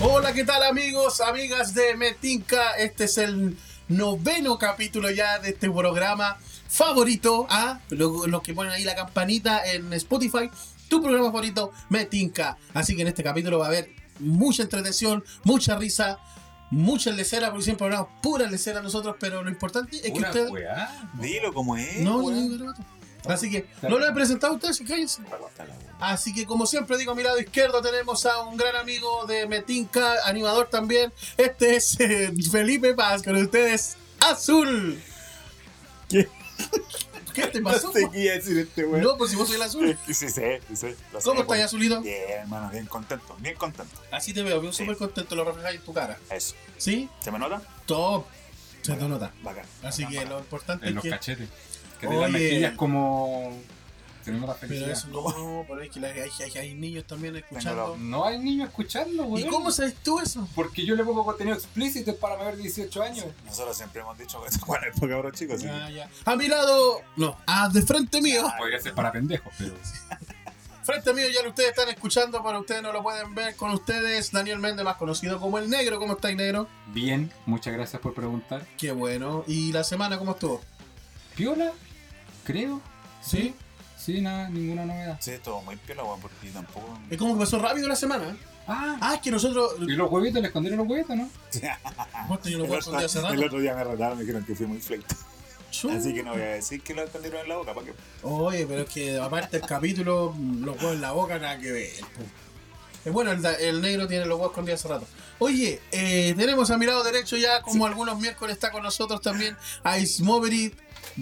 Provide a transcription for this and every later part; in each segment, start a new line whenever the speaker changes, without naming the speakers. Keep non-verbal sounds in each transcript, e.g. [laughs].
Hola, ¿qué tal amigos, amigas de Metinca? Este es el noveno capítulo ya de este programa favorito. a Los que ponen ahí la campanita en Spotify, tu programa favorito, Metinca. Así que en este capítulo va a haber mucha entretención, mucha risa, mucha lecera, porque siempre hablamos pura lecera nosotros, pero lo importante es que
Una
ustedes...
weá.
Dilo como es.
No, yo
weón.
digo que no. Así que no lo he presentado a ustedes, cállense.
Está la weá.
Así que como siempre digo, a mi lado izquierdo tenemos a un gran amigo de Metinca, animador también. Este es eh, Felipe Paz, con ustedes Azul.
¿Qué?
¿Qué te pasó?
No sé qué iba a decir este weón.
No, pues si vos sois el azul.
Sí, sí, sí, sí, lo sé,
¿Cómo
weón.
estás, azulito?
Bien, hermano, bien contento, bien contento.
Así te veo, veo
Sí.
súper contento, lo reflejáis en tu cara.
Eso.
¿Sí?
¿Se me nota?
Todo se te nota.
Bacán.
Así
bacán,
que
bacán.
lo importante
En
es
Eh, los
que...
cachetes. Que de las
Oye.
mejillas como. Tenemos la
Pero
felicidad.
eso no, pero es que la- hay, hay- hay niños también escuchando.
Tengo
No hay niño escuchando, güey.
¿Y cómo sabes tú eso?
Porque yo le pongo contenido explícito para mayor de 18 años.
Nosotros siempre hemos dicho [laughs] que esto es para cabros chicos. así
Ah, ya. A mi lado, no, ah, de frente mío.
Podría ser para pendejos, pero.
Frente mío ya lo ustedes están escuchando, pero ustedes no lo pueden ver. Con ustedes, Daniel Méndez, más conocido como El Negro. ¿Cómo estáis, Negro?
Bien, muchas gracias por preguntar.
Qué bueno. ¿Y la semana cómo estuvo?
¿Piola? Creo.
¿Sí?
Sí, nada, ninguna novedad.
que- Sí, todo muy piola, weón, porque tampoco.
Es como que pasó rápido la semana. ¿eh?
Ah,
Ah, es que nosotros...
y los huevitos, le escondieron los huevitos, ¿no? [laughs]
Puta, yo lo
El
puedo esconder hace
otro,
rato.
el otro día me retaron, me dijeron que fui muy fleita.
Chu.
Así que no voy a decir que lo escondieron en la boca, para que.
Oye, pero es que aparte el capítulo, mm, los huevos en la boca, nada que ver. po. Eh, Bueno, el, da- el negro tiene los huevos escondidos hace rato. Oye, eh, tenemos a mi lado derecho ya, como algunos miércoles está con nosotros también, a Ismovery.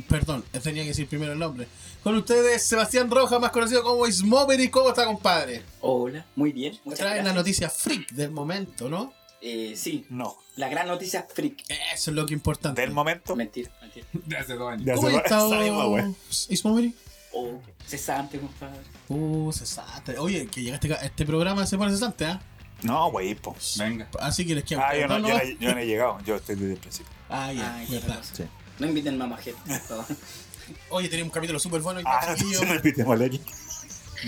Perdón, eh, tenía que decir primero el nombre. Con ustedes, Sebastián Roja, más conocido como Ismovery. ¿Cómo está, compadre?
Hola, muy bien. Muchas
Trae la
gracias.
noticia freak del momento, ¿no?
Eh, sí,
No.
la gran noticia freak.
Eso es lo que es importante.
Del momento.
Mentira, mentira.
De hace dos años.
Ya
[laughs]
¿Cómo
se va- [laughs]
está,
salimos, weón.
Ismovery?
Oh, cesante, compadre.
Uh, cesante. Oye, que llegaste a este programa se pone cesante, ¿ah?
No, wey, po.
Venga.
Así que les quiero.
Ah, yo no,
no,
yo
no.
no- yo no he llegado, yo estoy desde el principio.
Ah, ya,
Ay, qué
verdad.
penoso. No inviten mamajete, por favor. [laughs]
Oye, tenemos un capítulo súper bueno. Y
Ah,
chiquillo.
no, [laughs] repitémosle aquí.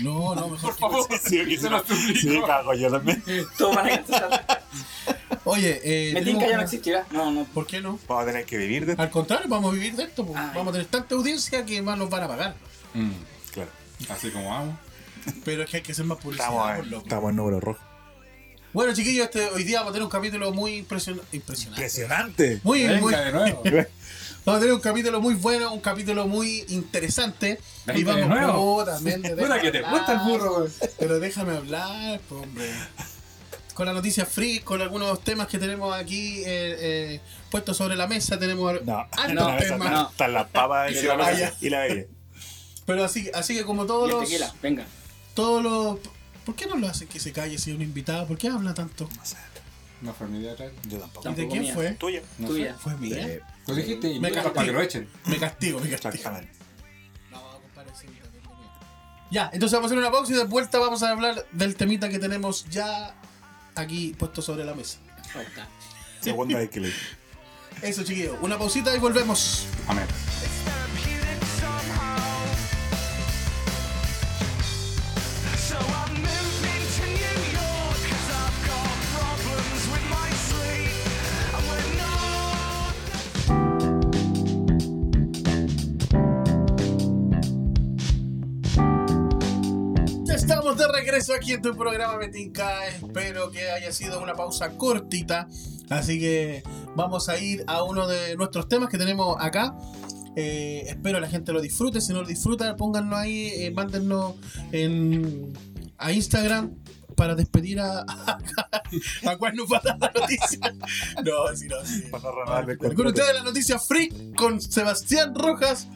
no, no, mejor.
Por favor.
Sí, yo
Se lo suplico.
Sí, cago yo también.
Todo
[laughs]
van a cesar.
Oye, eh,
Me
tenemos
tinca ya
una-
no existirá. No, no.
¿por qué no?
Vamos a tener que vivir de
Al contrario, vamos a vivir de esto. pues.
Ay.
Vamos a tener tanta audiencia que más nos van a pagar.
Mm,
Claro.
así como vamos.
Pero es que hay que hacer más publicidad,
Estamos,
por
en-
loco.
estamos en número rojo.
Bueno, chiquillos, este, hoy día vamos a tener un capítulo muy impresion- impresionante.
Impresionante.
Muy,
Venga,
muy, [laughs]
de nuevo.
vamos a tener un capítulo muy bueno, un capítulo muy interesante.
Venga,
y vamos
de nuevo.
oh, también, de-
[laughs] Puta que te cuesta el burro, güey.
Pero déjame hablar, po, hombre. Con la noticia free, con algunos temas que tenemos aquí eh, eh, puestos sobre la mesa, tenemos... al-
No,
Ah,
no,
no,
tema.
no. Están las papas encima de la mesa y la bebida.
Pero así, así que como todos
Y este el
los...
tequila, venga.
Todos los... ¿Por qué no lo hacen que se calle si es un invitado? ¿Por qué habla tanto?
No sé,
No fue mi idea traer.
yo tampoco.
¿Y de
Tampoco
quién
mía.
fue?
Tuya.
No sé.
Tuya.
Fue mía.
Eh,
Lo dijiste y
Me
me
castigo.
para que lo echen.
Me castigo, me castigo.
Exactamente.
No, compadre, sí, la tengo mía. Ya, entonces vamos a hacer una pausa y de vuelta vamos a hablar del temita que tenemos ya aquí puesto sobre la mesa.
Ahí está.
Segunda vez que le
Eso, chiquillos. Una pausita y volvemos.
Amén.
So I'm moving to New York Cause I've got problems with my sleep And we're not
Ya Estamos de regreso aquí en tu programa Metinca. Espero que haya sido una pausa cortita. Así que vamos a ir a uno de nuestros temas que tenemos acá. Eh, espero la gente lo disfrute. Si no lo disfruta, pónganlo ahí, eh, mándenlo en, a Instagram para despedir a, [laughs] a, cuál nos va a dar la noticia. No, si no. sí.
Para robarle el
Con
contrato.
ustedes la noticia freak con Sebastián Rojas,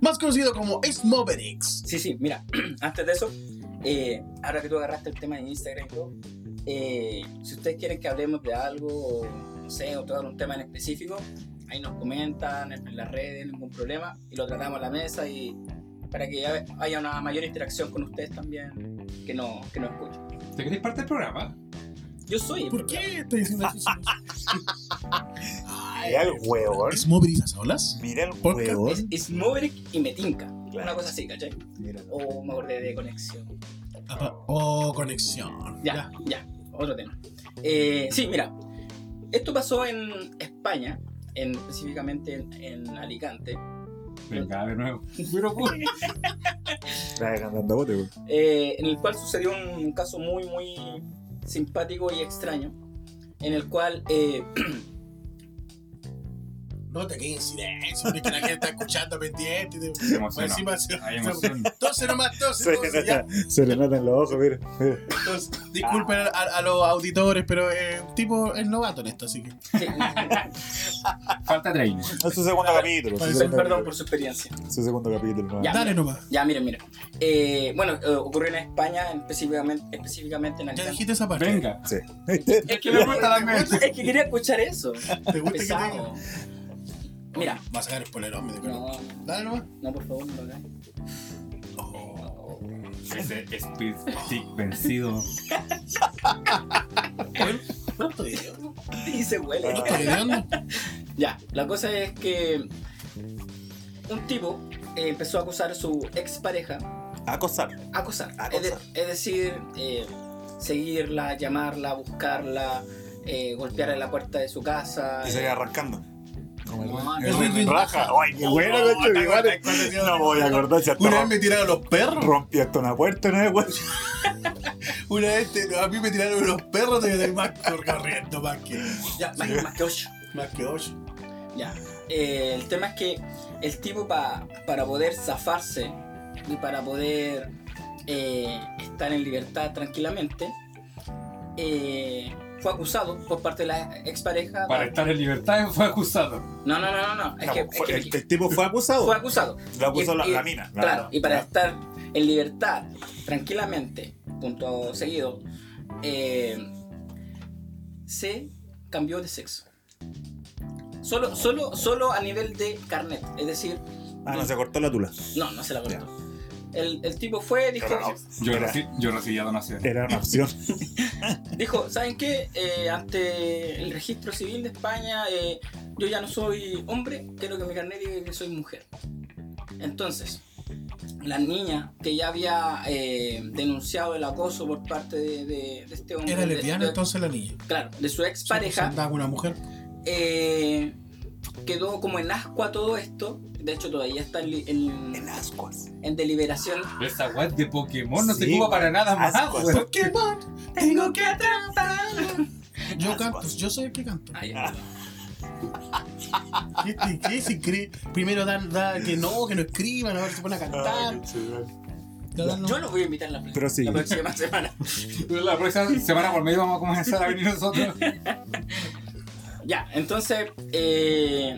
más conocido como Ace Moverix.
Sí, sí, mira, [clears throat] antes de eso, eh, ahora que tú agarraste el tema en Instagram y todo, eh, si ustedes quieren que hablemos de algo, o, no sé, o tocar un tema en específico, ahí nos comentan en en las redes, ningún problema, y lo tratamos a la mesa y para que haya- haya una mayor interacción con ustedes también, que no, que nos escuchen.
¿Te querés parte del programa?
Yo soy el
¿Por
programa.
qué estoy diciendo eso?
Mira el huevón.
¿Es movilizas olas?
Mira el
Porque-
huevón.
Es, es Maverick y Metinca, una
Claro.
cosa así, ¿cachai?
Míralo.
O me acordé de conexión.
Apa- Oh, conexión.
Ya, ya, otro tema. Eh, sí, mira, esto pasó en España, en- específicamente en, en Alicante.
Venga, de nuevo. Pero, pues,
Estaba cantando bote, güey.
eh, en el cual sucedió un caso muy, muy simpático y extraño, en el cual eh, [coughs]
No te quedes en silencio, porque la gente está escuchando pendiente. y te- pues,
se emocionó.
Encima se-
Hay emoción.
Entonces nomás, entonces,
Se, le
entonces ya.
nota- se le notan los ojos, mira. mira.
Entonces, disculpen a, a los auditores, pero eh, el tipo es novato en esto, así que.
sí,
Falta training.
Es su segundo capítulo. Su segundo,
perdón por su experiencia.
capítulo. Su segundo capítulo, no.
Ya.
Dale nomás.
Ya, miren, miren. Eh, bueno, eh, ocurrió en España, específicamente, específicamente en
Ya
Alicante.
dijiste esa parte.
Venga.
Sí.
Es que me gusta la
[laughs]
mente.
Es que quería
[laughs]
escuchar eso.
¿Te gusta que
Pesado.
te
Mira,
Va a sacar spoiler, hombre. de
no,
verdad. Dale nomás.
no, por favor, no lo hagas. [laughs]
Ese speed stick vencido.
No estoy hediondo.
Y se huele.
No estoy hediondo.
Ya, la cosa es que un tipo eh, empezó a acusar a su expareja.
Acosar.
Acosar.
Acosar.
Es, de- es decir, eh, seguirla, llamarla, buscarla, eh, golpearle la puerta de su casa.
Y se
eh,
va arrancando. Como
No,
el-
no,
el-
no,
el-
no, no.
raja. Ay, qué bueno, coche, mi madre. No voy a acordar si hasta
Una vez
rom-
me tiraron los perros.
rompí hasta una puerta, ¿no? güey?
Una vez te- a mí me tiraron los perros de del más cor- corriendo, más que.
ya, más, más que ocho.
Más que ocho.
Ya. Eh, el tema es que el tipo pa- para poder zafarse y para poder eh, estar en libertad tranquilamente, eh, fue acusado por parte de la expareja.
Para estar en libertad fue acusado.
No, no, no, no, no. Es
No, pues,
que, es
fue-
que-
el, el tipo fue acusado.
fue acusado.
Lo acusó
Y-
la,
y-
la mina. la-
Claro, y para
la-
estar en libertad tranquilamente, punto seguido, eh, se cambió de sexo. Solo, solo, solo a nivel de carnet, es decir,
Ah, no, se cortó la tula.
no, no se la cortó. El, el tipo fue, dijo,
Pero
ah,
ah, no,
Yo,
era,
reci- yo recibí a donación.
era una opción.
dijo, ¿saben qué? Eh, ante el registro civil de España, eh, yo ya no soy hombre, quiero que mi carnet diga que soy mujer. Entonces, la niña que ya había eh, denunciado el acoso por parte de, de- de este hombre.
Era
de-
lesbiana
de-
entonces pues, la niña.
Claro, de su
Se
expareja,
andaba con una mujer.
eh, quedó como en ascua todo esto. De hecho, todavía está en, li- en-
En ascuas.
en deliberación.
Esa guay de Pokémon no se
Sí,
ocupa para nada más.
Ascuas.
[laughs]
güey.
Pokémon,
Tengo que atrapar.
Yo canto, yo soy el que canto.
Ay,
¿Qué, te- qué se cree? Primero dan, da que no, que no escriban, a ver si se ponen a cantar. Da- da- no.
Yo lo voy a invitar a la,
Pero sí.
la próxima semana.
[laughs] La próxima semana por medio vamos a comenzar a venir nosotros.
Ya, entonces, eh,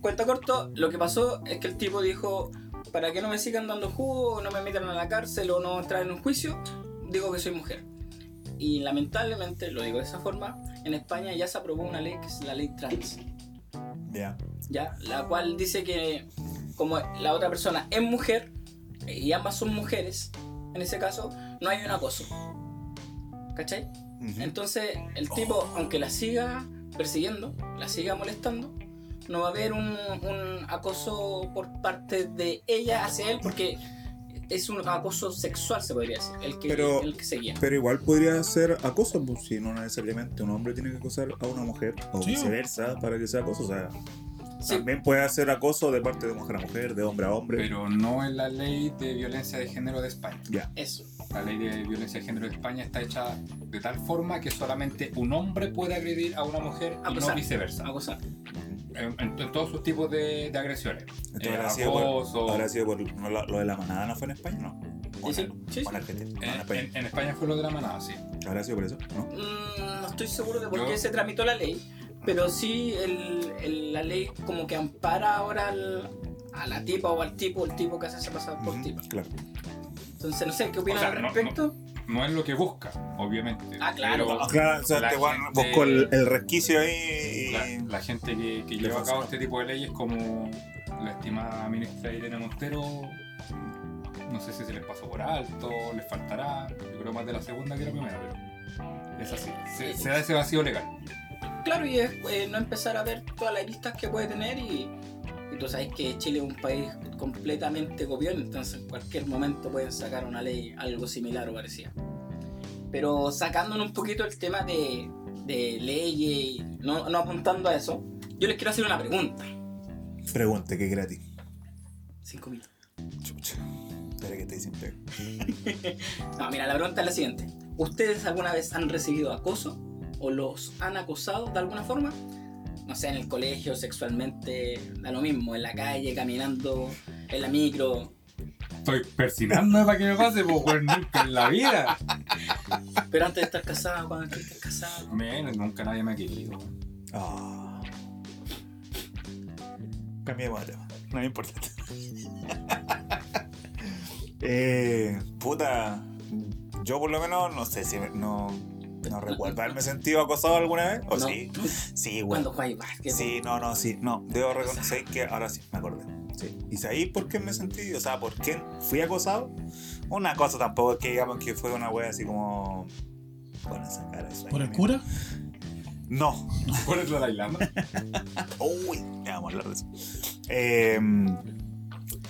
cuenta corto, lo que pasó es que el tipo dijo, para que no me sigan dando jugo, o no me metan a la cárcel o no entrar en un juicio, digo que soy mujer. Y lamentablemente, lo digo de esa forma, en España ya se aprobó una ley que es la ley trans,
Ya.
¿ya? La cual dice que como la otra persona es mujer y ambas son mujeres, en ese caso, no hay un acoso. ¿Cachai?
Ujú.
Entonces, el tipo, aunque la siga persiguiendo, la siga molestando, no va a haber un, un acoso por parte de ella hacia él, porque es un acoso sexual, se podría decir, el que,
Pero-
el que seguía.
Pero igual podría ser acoso, pues, si no necesariamente un hombre tiene que acosar a una mujer o
Sí.
viceversa para que sea acoso. O sea,
Sí,
también puede ser acoso de parte de mujer a mujer, de hombre a hombre.
Pero no en la ley de violencia de género de España.
eso.
La ley de violencia de género de España está hecha de tal forma que solamente un hombre puede agredir a una mujer y
Acosar.
no viceversa.
Acosar.
En, en- en todos sus tipos de, de agresiones.
Esto
Eh,
habrá sido por-
acoso.
Habrá sido por no, lo, lo de la manada, ¿no fue en España? No. O
Sí,
en-
sí, sí,
o en Argentina, no, en
Eh,
España.
en, en España fue lo de la manada, sí.
Habrá sido por eso, ¿no?
Mm, no estoy seguro de por
Yo-
qué se tramitó la ley, pero sí el- el- la ley como que ampara ahora al- a la tipa o al tipo, el tipo que se hace pasar por
Ujú,
tipa.
Claro.
Entonces, no sé, ¿qué opinas
sea,
al
no- no-
respecto?
No es lo que busca, obviamente.
Ah, claro.
pero
Ah, Claro, o sea,
La
este weón
gente-
buscó el, el resquicio ahí y.
La, la gente que, que lleva a
funciona.
cabo este tipo de leyes, como la estimada ministra Irene Montero, no sé si se les pasó por alto, les faltará, yo creo más de la segunda que la primera, pero es así. Se, se da ese vacío legal.
Claro, y es eh, no empezar a ver todas las listas que puede tener y, y tú sabes que Chile es un país completamente copión, entonces en cualquier momento pueden sacar una ley algo similar o parecida. Pero sacándonos un poquito el tema de, de leyes, y no, no apuntando a eso, yo les quiero hacer una pregunta.
Pregunta, que es gratis.
Cinco minutos.
Chucha. Espera que te dicen pego.
No, mira, la pregunta es la siguiente. ¿Ustedes alguna vez han recibido acoso o los han acosado de alguna forma? No sé, en el colegio, sexualmente, da lo mismo, en la calle, caminando, en la micro.
Estoy persinando para que me pase, pues, weón, nunca en la vida.
Pero antes de estar casado, cuando estés casado.
Men, nunca nadie me ha querido.
Ah. Cambiemos de tema. No me importa. [laughs] eh, puta. Yo por lo menos no sé si me- no, no recuerdo haberme sentido acosado alguna vez. ¿O
No.
Oh, sí? Sí, bueno.
Cuando jugáis básquet.
Sí, no, no, sí. No, debo reconocer que ahora sí, me acordé. Sí. ¿Y sabéis por qué me sentí? O sea, ¿por qué fui acosado? Una cosa tampoco es que digamos que fue una wea así como. Bueno, esa cara eso. ahí
¿Por el
también.
cura?
No.
¿Cuál es la Dalai Lama?
Uy, ya vamos a hablar de eso. Em,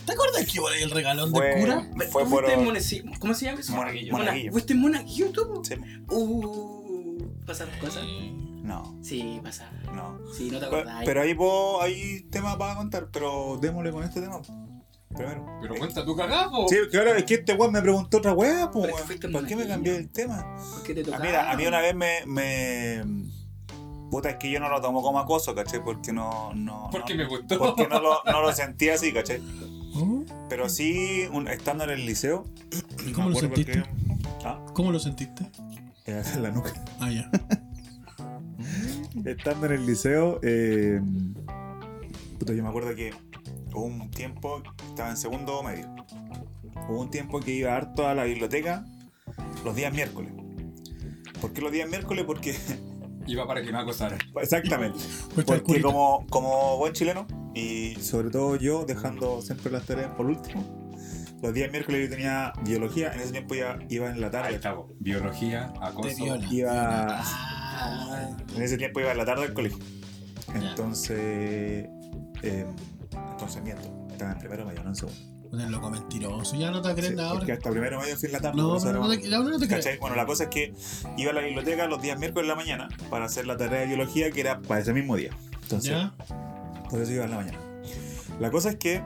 ¿Te acuerdas que igual el regalón del
fue,
cura?
fue
¿Tú
por.
fuiste moneci- ¿Cómo se llama eso?
Monaguillo.
Mona-
Monaguillo.
¿Fuiste monaguillo tú?
Sí,
Uh, pasaron cosas.
No,
Sí, pasaron.
no.
Sí, no te
Pero,
acordás.
pero ahí puedo, hay temas para contar, pero démosle con este tema. Primero. Eh,
Pero cuenta tu cagada, po.
Sí, claro, es que este weón me preguntó otra weá,
Pero es
pues.
que fuiste
¿Por qué me
monaguillo.
cambié el tema?
¿Por qué te
Ah,
tocaba?
mira, a mí una vez me. me- Puta, es que yo no lo tomo como acoso, ¿cachai? Porque no. no
Porque
no,
me [laughs] gustó.
porque no lo, no lo sentí así, ¿cachai?
¿Oh?
Pero sí, un- estando en el liceo.
¿Y cómo lo
me acuerdo
sentiste?
que- Ah,
¿Cómo lo sentiste?
en [laughs] la nuca.
Ah, [laughs] ya.
Estando en el liceo, eh, puta, yo me acuerdo que hubo un tiempo, estaba en segundo medio, hubo un tiempo que iba harto a la biblioteca los días miércoles. ¿Por qué los días miércoles? Porque, [laughs]
Iba para que me acosara.
exactamente,
Fuiste al
porque
curita.
como, como buen chileno, y sobre todo yo, dejando siempre las tareas por último, los días miércoles yo tenía biología, en ese tiempo ya iba en la
Ahí
tarde.
está, po. Biología,
Te
acoso.
viola.
Iba,
Ah,
En ese tiempo iba a la tarde al colegio. Entonces. eh, entonces miento. Estaba en primero mayo, no en segundo.
Eres loco mentiroso. Ya no te crees
Sí,
nada
porque
ahora.
hasta primero mayo fui en la tarde.
No,
por eso
pero no
era-
te, ya uno no te crees.
¿Cachai? Bueno, la cosa es que iba a la biblioteca los días miércoles en la mañana para hacer la tarea de biología que era para ese mismo día. Entonces,
¿Ya?
por eso iba en la mañana. La cosa es que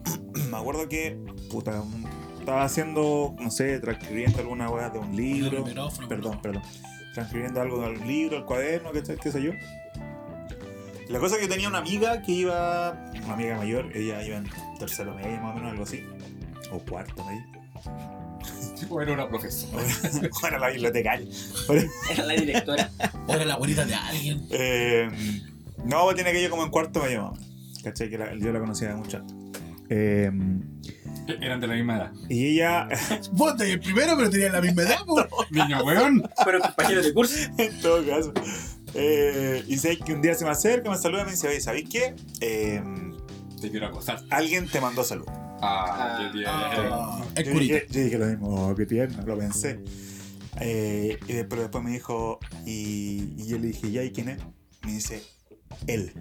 [clears throat] me acuerdo que puta, un- estaba haciendo, no sé, transcribiendo alguna weá de un libro.
Cuidado el micrófono,
Perdón, perdón. Transcribiendo algo del libro, el cuaderno, qué, sé- qué sé yo. La cosa es que tenía una amiga que iba, una amiga mayor, ella iba en tercero medio, más o menos, algo así. O cuarto medio. [laughs]
Sí, po, era una profesora.
O era la bibliotecaria.
era la directora.
Ahora la abuelita de alguien.
Eh, no, tiene que yo como en cuarto medio, más o menos. ¿Cachai? Que la- yo la conocía de mucho antes. Eh,
Eran de la misma edad.
y ella
Vos tenías el primero, pero tenías la misma edad, pues.
[laughs]
po.
Niño, weón.
Pero compañeros de curso.
En todo caso. Eh, y sé que un día se me acerca, me saluda y me dice, oye, ¿sabéis qué? Eh,
Te quiero acosar.
alguien te mandó salud.
Ah, qué tierno.
Ah, el
Yo
curita.
dije, yo dije lo mismo, oh, qué tierno, lo pensé. Eh, y de- pero después me dijo, y, y yo le dije, ¿ya y quién es? Me dice, él.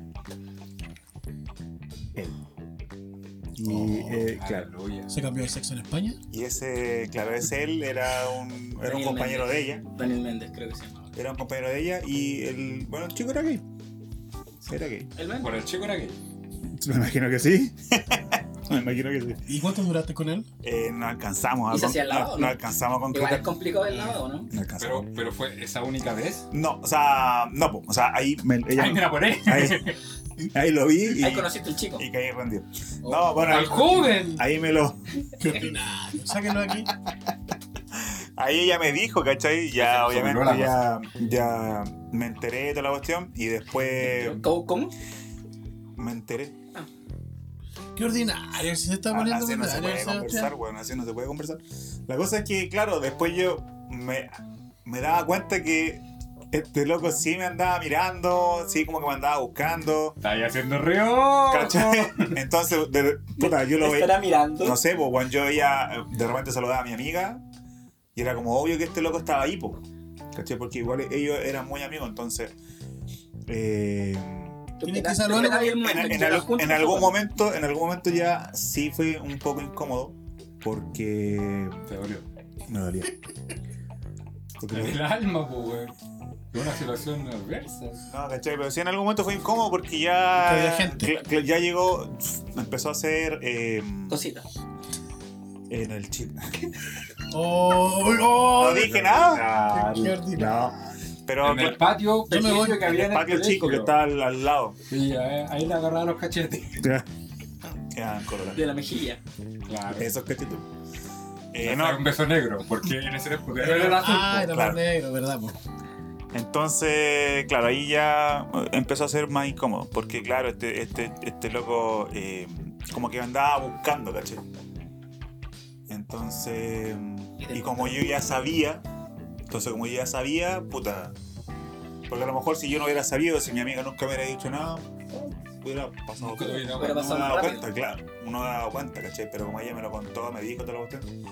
Él. Y eh, claro.
Aleluya.
¿Se cambió de sexo en España?
Y ese, claro, ese él era un, era un
Daniel
compañero de
Méndez.
ella.
Daniel Méndez, creo que se llamaba.
Era un compañero de ella y el, bueno, el chico era gay. Era gay.
El Méndez.
Por el chico era gay.
Me imagino que sí. [laughs] Me imagino que sí.
¿Y cuánto duraste con él?
Eh, no alcanzamos a
¿Y se hacía
conc-
al lado,
no,
no?
no alcanzamos a
Igual es
concretar.
complicado el lavado, ¿no?
No alcanzamos.
Pero, pero fue esa única vez.
No, o sea, no, po, o sea, ahí me, ella-
Ahí me la poné.
ahí- ahí lo vi y,
Ahí conociste al chico.
y caí rendido.
Oh.
No, bueno,
¡Al [laughs]
ahí,
joven!
ahí me lo.
¿Qué opinas? Sáquenlo aquí.
Ahí ella me dijo, ¿cachai? Ya,
Se me
obviamente,
olvidó
ya, ya me enteré de toda la cuestión y después
¿Cómo? cómo?
me enteré.
Qué ordinario, si se está
Ah,
poniendo
Así no se
ordinario
puede
el Sebastián.
conversar, weón. Así no se puede conversar. La cosa es que, claro, después yo me, me daba cuenta que este loco sí me andaba mirando, sí como que me andaba buscando.
Está ahí haciendo oh. río.
¿Cachai? [laughs] Entonces, de- puta, yo lo
Te
veía.
estará mirando.
No sé, pues, cuando yo veía, eh, de repente saludaba a mi amiga y era como obvio que este loco estaba ahí, pues. ¿Cachai? Porque igual ellos eran muy amigos, entonces. eh,
Tú
Tienes que
esperaste-
saludarlo
esperaste el
en,
momento
en
que
al-
estuvieran juntos,
en algún
¿no?
momento, en algún momento ya sí fue un poco incómodo porque
Te dolió.
me dolía. Porque-
En el alma, pues, weón. Es una situación adversa.
No, ¿cachai? Pero sí en algún momento fue incómodo porque ya.
Porque había gente.
cl- cl- Ya llegó. Empezó a hacer. eh,
Cosita.
en el chip.
Oh,
No
oh,
dije nada.
Qué ordinario.
No. Pero.
en
cl-
el patio
Yo me voy,
pequeño que
el
había en el
patio
colegio.
chico que está al, al lado.
Sí, ahí, ahí le agarraba los cachetes.
Quedan colorados.
De la mejilla.
Claro.
Esos cachetes. Eh,
Eh,
no,
no. Un beso negro, porque en ese tiempo era el azul. pues.
Ah,
po.
era
Claro.
más negro, ¿verdad? po?
Entonces, claro, ahí ya eh, empezó a ser más incómodo, porque claro, este, este, este loco eh, como que andaba buscando, ¿cachai? Entonces, y como yo ya sabía, entonces como yo ya sabía, puta, porque a lo mejor si yo no hubiera sabido, si mi amiga nunca me hubiera dicho nada, eh, hubiera pasado
Nunca
todo.
lo vi, no,
Uno
Pero
no.
pasó
no
más
daba
rápido.
cuenta, claro. Uno no daba cuenta, ¿cachai? Pero como ella me lo contó, me dijo toda la cuestión.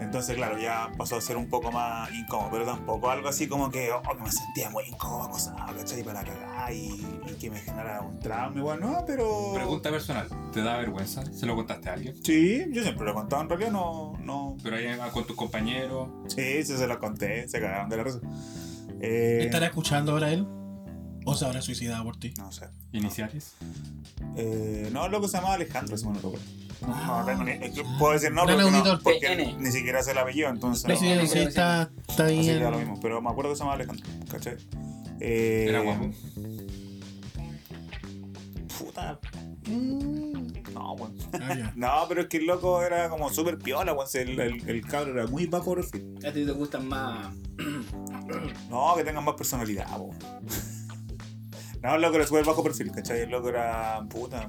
Entonces, claro, ya pasó a ser un poco más incómodo, pero tampoco algo así como que, oh, que me sentía muy incómodo, acosado, ¿cachai? Para cagar y, y que me generara un trauma, igual, no, pero.
Pregunta personal. ¿Te da vergüenza? ¿Se lo contaste a alguien?
Sí, yo siempre lo he contado, en realidad no. no...
Pero ahí ah, con tus compañeros.
Sí, sí, se lo conté, se cagaron de la risa. Eh,
¿Estará escuchando ahora él? ¿O se habrá suicidado por ti?
No sé.
Iniciales.
Eh, no, loco se llamaba Alejandro, si mal no recuerdo. No, tengo ni- es que puedo decir no,
Gran
porque, no,
auditor.
porque
PN.
ni siquiera sé el apellido, entonces.
No,
no.
sí, sí,
pero-
está, está ahí.
Así que
en-
da lo mismo, pero me acuerdo que se llamaba Alejandro, ¿cachai? Eh,
Era guapo.
Puta. No, weón.
Ah,
[laughs]
ya.
Mm. No, pero es que el loco era como súper piola, weón. El, el, el cabro era muy bajo perfil.
A ti te gustan más.
No, que tengan más personalidad, weón. [laughs] No, el loco era súper bajo perfil, ¿cachai? El loco era puta,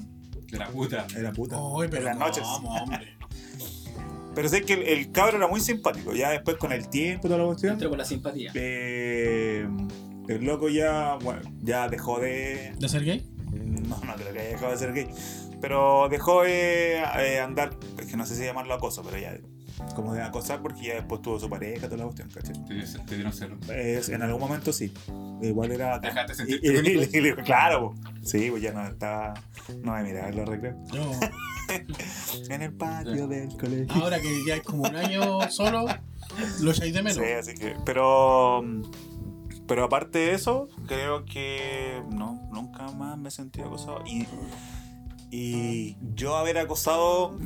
De la puta.
era puta.
Uy, pero
en las
no,
noches.
vamos, hombre.
Pero sé que el, el cabro era muy simpático. Ya después con el tiempo y toda la cuestión.
Entré por la simpatía.
eh, el loco ya, bueno, ya dejó de,
¿De ser gay?
No, no creo que haya dejado de ser gay. Pero dejó de eh, andar, es que no sé si llamarlo acoso, pero ya, como de acosar porque ya después tuvo su pareja, toda la cuestión, ¿cachai?
Te, dio- te dieron celos.
Es- en algún momento sí. Igual era.
Dejaste
Y,
sentirte
y-
único.
y- y- claro, po. sí, pues ya no estaba. No me miraba en los recreos.
No.
En el patio del colegio.
Ahora que ya es como un año solo, lo echáis de menos.
Sí, así que. Pero. mm, Pero aparte de eso, creo que. No, nunca más me he sentido acosado. Y. Y yo haber acosado.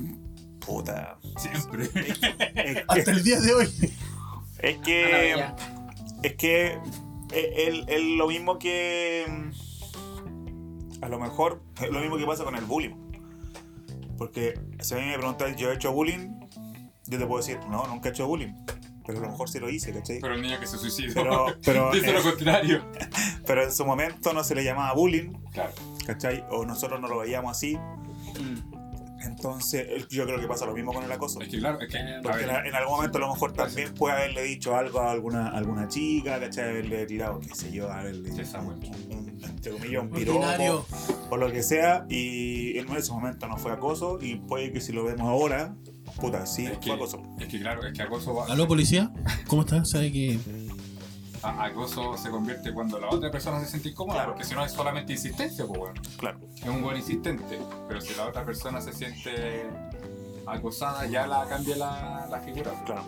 Puta.
Siempre.
Es
Hasta [laughs]
que.
el día de hoy.
Es
A la
que,
bella.
es que es- es- es lo mismo que. mm, A lo mejor es lo mismo que pasa con el bullying. Porque si a mí me preguntas, ¿yo he hecho bullying? Yo te puedo decir, no, nunca he hecho bullying. Pero a lo mejor sí lo hice, ¿cachai?
Pero el niño que se suicidó.
Pero, pero,
[laughs] Dice lo
eh,
contrario.
pero en su momento no se le llamaba bullying,
Claro.
¿cachai? O nosotros no lo veíamos así.
Mm.
Entonces, eh, yo creo que pasa lo mismo con el acoso.
Es que claro, es que. a
Porque en,
ver,
en algún momento a lo mejor también puede haberle dicho algo a alguna, alguna chica, ¿cachai? Haberle tirado, qué sé yo, haberle
Sí, esa
un,
wea.
un- entre comillas, un
Ordinario.
piropo o lo que sea. Y en ese momento no fue acoso y puede que si lo vemos ahora, puta, sí,
es,
fue
que,
acoso.
es que claro, es que acoso, va-
Aló, policía. ¿Cómo estás? ¿Sabes que
a- acoso se convierte cuando la otra persona se siente incómoda,
Claro.
porque si no es solamente insistencia, pues bueno.
Claro.
es un buen insistente, pero si la otra persona se siente acosada, ya la cambia la, la figura.
Claro.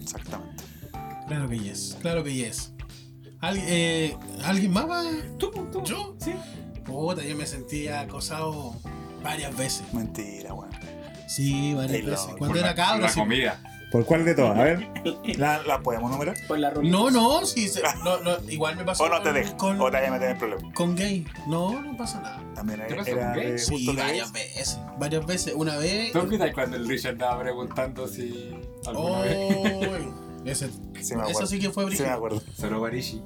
Exactamente.
Claro que yes, claro que yes. ¿Al- eh, ¿Alguien más va?
¿Tú, tú?
¿Yo?
Sí.
Puta, yo me sentía acosado varias veces.
Mentira, weón.
Sí, varias
Ay, la-
veces.
Por
Cuando
la-
era
por
cabro.
La
sí.
comida.
¿Por cuál de todas? A ver. ¿La, la podemos numerar?
Por la rubia.
No, no, sí. se- no, no, igual me pasó.
O no te
con-
dejes.
Con,
O te vayas a meter en problemas.
con gay. No, no pasa nada.
También
¿Qué
era,
pasó
era
con
de
gays?
gusto
Sí,
de
varias
gays.
veces. Varias veces. Una vez.
¿Tú olvidas cuando el Richard estaba preguntando si alguna
Oh,
vez
ese-
Sí, me acuerdo.
eso sí que fue
Sí, me
brillo.
acuerdo.
Solo Barishi.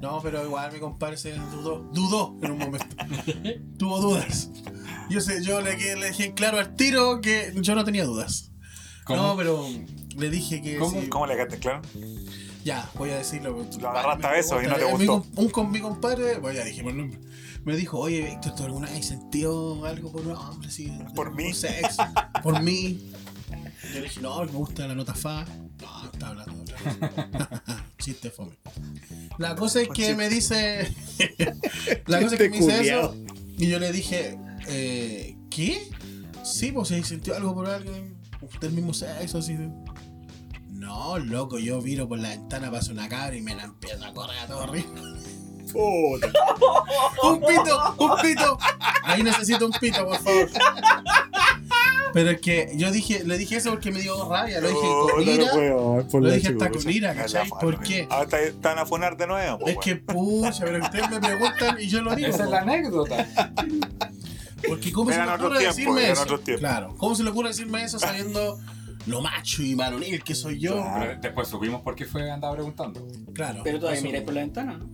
No, pero igual mi compadre se dudó. Dudó en un
[laughs]
momento. Tuvo dudas. Yo sé, yo le, que- le dije claro al tiro que yo no tenía dudas. No,
¿Cómo?
pero le dije que.
¿Cómo?
sí.
¿Cómo le dejaste claro?
Ya, voy a decirlo.
Lo agarraste a besos y no te
Eh, Mi
gustó.
com- un con mi compadre, bueno, ya dijimos el nombre. Me dijo, oye, Víctor, ¿tú alguna vez sentido algo por un hombre así?
Por mí.
Por sexo, por mí. Yo le dije, no, me gusta la nota fa. No, está hablando. de otra cosa. Chiste fome. La cosa es que
[laughs]
me dice. la cosa es que me dice eso. Y yo le dije, eh, ¿qué? Sí, pues si sintió algo por alguien del mismo sexo, así. de- No, loco, yo viro por la ventana, paso una cabra y me la empiezo a correr a todo arriba.
[laughs] Puta.
¡Un pito! ¡Un pito! Ahí necesito un pito, por favor. Pero es que yo dije, le dije eso porque me dio rabia. Lo dije con
No, no
ira.
lo puedo, por
lo
la
dije hasta
chucha.
con ira, ¿cachai?
Es la
¿Por
forma,
qué?
Ahora te- te van a funar de nuevo. po,
Es
weón.
que pucha, pero ustedes me preguntan y yo lo digo.
Esa es
po.
la anécdota.
Porque cómo se
Eran
le
otros
ocurre
tiempos,
decirme
eran
eso.
otros tiempos.
Claro, ¿cómo se le ocurre decirme eso sabiendo lo macho y varonil que soy yo?
Claro.
Pero después supimos por qué fue andaba preguntando.
Claro.
Pero todavía
eso-
miráis por la ventana, ¿no?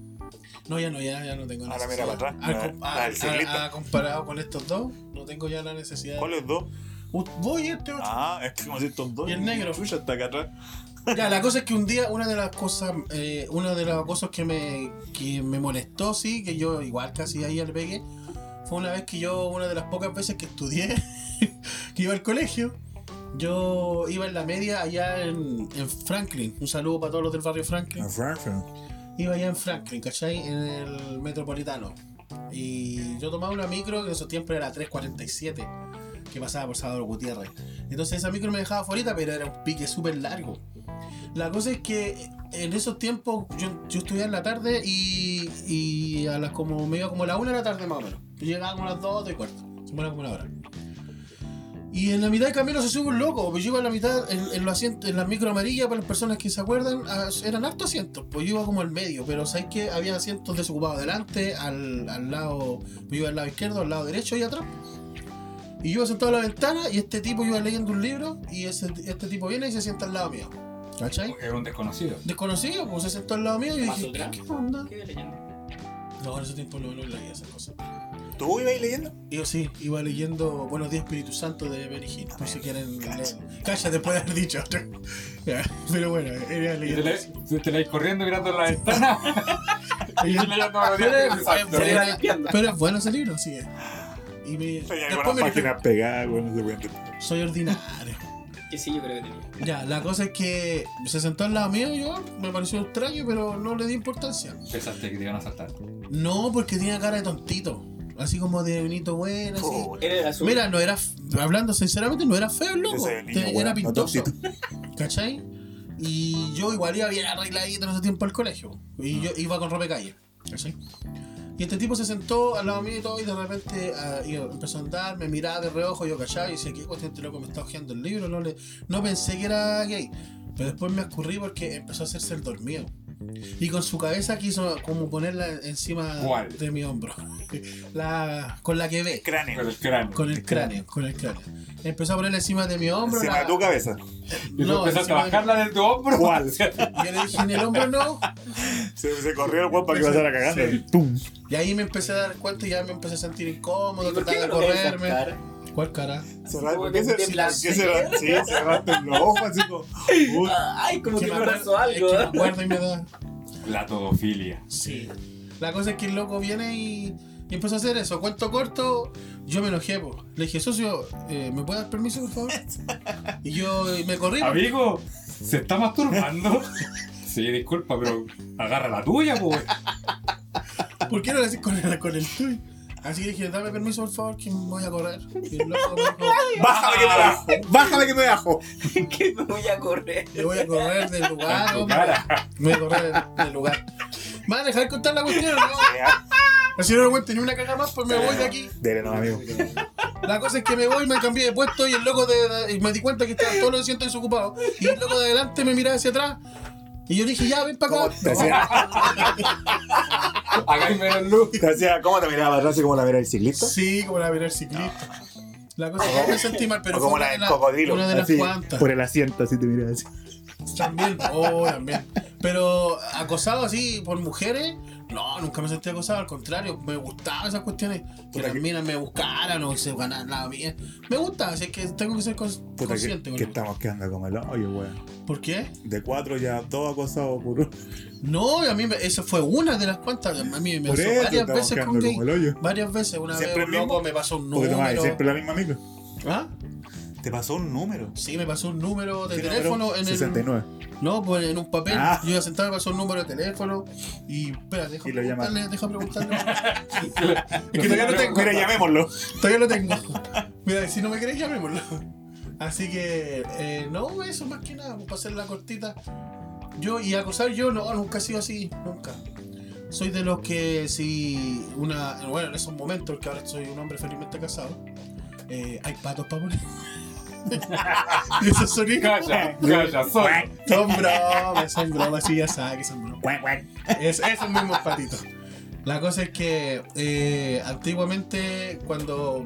No, ya no, ya, ya no tengo
Ahora
necesidad.
mira para atrás,
Al
la-
com-
la del
a-
ciclista.
a- comparado con estos dos, no tengo ya la necesidad.
¿Cuáles dos?
Uh, Voy este otro.
Ah, es que como si estos dos.
Y el negro.
Chucha, está acá atrás.
Ya, la cosa es que un día, una de las cosas, eh, una de las cosas que me, que me molestó, sí, que yo igual casi ahí al pegue, fue una vez que yo, una de las pocas veces que estudié, [laughs] que iba al colegio, yo iba en la media allá en, en Franklin. Un saludo para todos los del barrio Franklin. Iba allá en Franklin, ¿cachai? En el metropolitano. Y yo tomaba una micro que en esos tiempos era 347, que pasaba por Salvador Gutiérrez. Entonces esa micro me dejaba fuera, pero era un pique súper largo. La cosa es que en esos tiempos yo, yo estudiaba en la tarde y, y a las como me iba como a la una de la tarde más o menos. Yo llegaba como a las dos, dos y cuarto. Se me iba como una hora. Y en la mitad del camino se sube un loco, pues yo iba en la mitad, en, en los asientos, en la micro amarilla, para las personas que se acuerdan, ah, eran hartos asientos, pues yo iba como al medio, pero sabéis que había asientos desocupados delante, al, al lado, yo iba al lado izquierdo, al lado derecho y atrás. Y yo iba sentado a la ventana y este tipo iba leyendo un libro y ese- este tipo viene y se sienta al lado mío. ¿Cachai?
Era un desconocido.
Desconocido, pues se sentó al lado mío y yo
Más
dije,
atrás.
¿qué onda?
Qué leyenda.
No, en ese tiempo no, no leía esas cosas.
¿Tú ibas ahí leyendo?
Y Yo sí, iba leyendo Buenos días Espíritu Santo de Benny Hill, por si quieren leer. Calla, después de haber dicho. [laughs] Ya, Pero bueno, era
Y te
leyendo.
la, te- te la ibas corriendo mirando la
[laughs]
ventana. y yo leyendo a los
Pero es-
diarios. Exacto.
pero
iba
es-
limpiando.
pero es bueno ese libro, así es. Y me,
Tenía
después
algunas
me dije,
páginas pegadas, weón, no se pueden
soy ordinario.
Que sí, yo creo que tenía.
Ya, la cosa es que se sentó al lado mío, yo me pareció extraño, pero no le di importancia.
Pensaste que te iban a saltar.
No, porque tenía cara de tontito. Así como de bonito bueno, así.
Oh,
Puta.
Era el azul.
Mira, no era. Hablando sinceramente, no era feo el loco.
Ese es el niño,
Te-
weón,
era
no
pintoso.
tontito.
¿Cachai? Y yo igual iba bien arregladito en ese tiempo al colegio. Y
Ah.
yo iba con ropa de calle. ¿Cachai? Y este tipo se sentó al lado mío y todo, y de repente ah, y empezó a andar, me miraba de reojo, yo cachaba y decía, ¿qué cuestión este loco me está hojeando el libro? No, le, no pensé que era gay. Pero después me escurrí porque empezó a hacerse el dormido. Y con su cabeza quiso como ponerla encima
¿Cuál?
de mi hombro. [laughs] la, con la que ve.
Cráneo.
Con el cráneo.
Con el cráneo, con el cráneo. Empezó a ponerle encima de mi hombro.
Encima
la-
de tu cabeza.
Y tú empezaste a
encima de-
bajarla de tu hombro.
¿Cuál?
Yo le dije en el hombro no.
Se, se corrió el weón para que pasara cagando. ¡Pum!
Y ahí me empecé a dar cuenta y ya me empecé a sentir incómodo,
¿Y por
tratar
qué
de
no querías
correrme.
saltar?
¿Cuál cara?
Cerrar, ¿por
de-
qué se,
de
sí,
placer.
¿por qué cerrar- sí, cerraste los ojos así como. uy,
Ah, Ay, como
Es
que
me
me abrazó
acuerdo-
algo.
es que me acuerdo y me
[laughs]
da.
[laughs] La todofilia.
Sí. La cosa es que el loco viene y, y empezó a hacer eso. Cuento corto, yo me enojé. po. Le dije, socio, eh, ¿me puede dar permiso, por favor? Y yo eh, me corrí. po.
[laughs] Amigo, ¿se está [laughs] masturbando? Sí, disculpa, pero agarra la tuya, pues.
¿Por qué no le haces con el, con el tuyo? Así que dije, dame permiso, por favor, que me voy a correr. Y el loco me dijo,
¡Bájame que me bajo! ¡Bájame que me bajo!
[laughs] que me voy a correr.
me voy a correr del lugar.
tu
hombre.
cara.
Me voy a correr del- del lugar. ¿Me van a dejar contar la cuestión? o No. Si no, no tenía una caja más, pues me voy de aquí.
Dele, no, amigo.
La cosa es que me voy, me cambié de puesto y el loco de. Y me di cuenta que estaban todos los asientos desocupados. Y el loco de adelante me miraba hacia atrás. Y yo le dije, ya, ven para
¿Cómo
acá.
te hacía?
[laughs] Acá hay menos luz.
[laughs] te hacía- ¿Cómo te miraba para atrás? ¿Así como la mira el ciclista?
Sí, como la mirar ciclista. La cosa es que me sentí mal, pero
o como
fue una
la del
de las-
cocodrilo.
Una de las
así,
cuantas.
por el asiento, así te miraba así.
También, oh, también. Pero acosado así por mujeres, no, nunca me sentí acosado, al contrario, me gustaban esas cuestiones. Que
Puta
las
que-
minas me buscaran o se ganaran la mía. Me gusta, así que tengo que ser cons-
Puta, que,
consciente con
que
lo que-
estamos quedando como el hoyo, weón.
¿Por qué?
De cuatro ya dos acosados por uno.
No, y a mí me- eso fue una de las cuantas. A mí me
Por
pasó
eso
varias
estamos
veces
quedando
con gay.
como el hoyo.
Varias veces, una
¿Siempre
vez un
el
loco
mismo?
me pasó un
Porque tomabas
número.
siempre la misma micro.
¿Ah?
Te pasó un número.
Sí, me pasó un número de
¿Qué
teléfono
número?
en el.
69.
No, pues en un papel.
Ah.
Yo iba sentado, me pasó un número de teléfono. Y espera, deja
Y lo llamaste.
preguntarle, deja preguntarle.
[laughs]
Es
que todavía no tengo-
Mira, llamémoslo.
Todavía lo tengo. Mira, si no me crees, llamémoslo. Así que, eh, no, eso más que nada, pues, para hacer la cortita. Yo, y acusar yo, no, nunca he sido así, nunca. Soy de los que, si una. Bueno, en esos momentos, que ahora soy un hombre felizmente casado, eh, hay patos para poner. [laughs] y esos sonidos.
Calla, calla, soy.
Son bromas, son bromas, sí, ya sabes que son bromas. Es, esos mismos patitos. La cosa es que eh, antiguamente cuando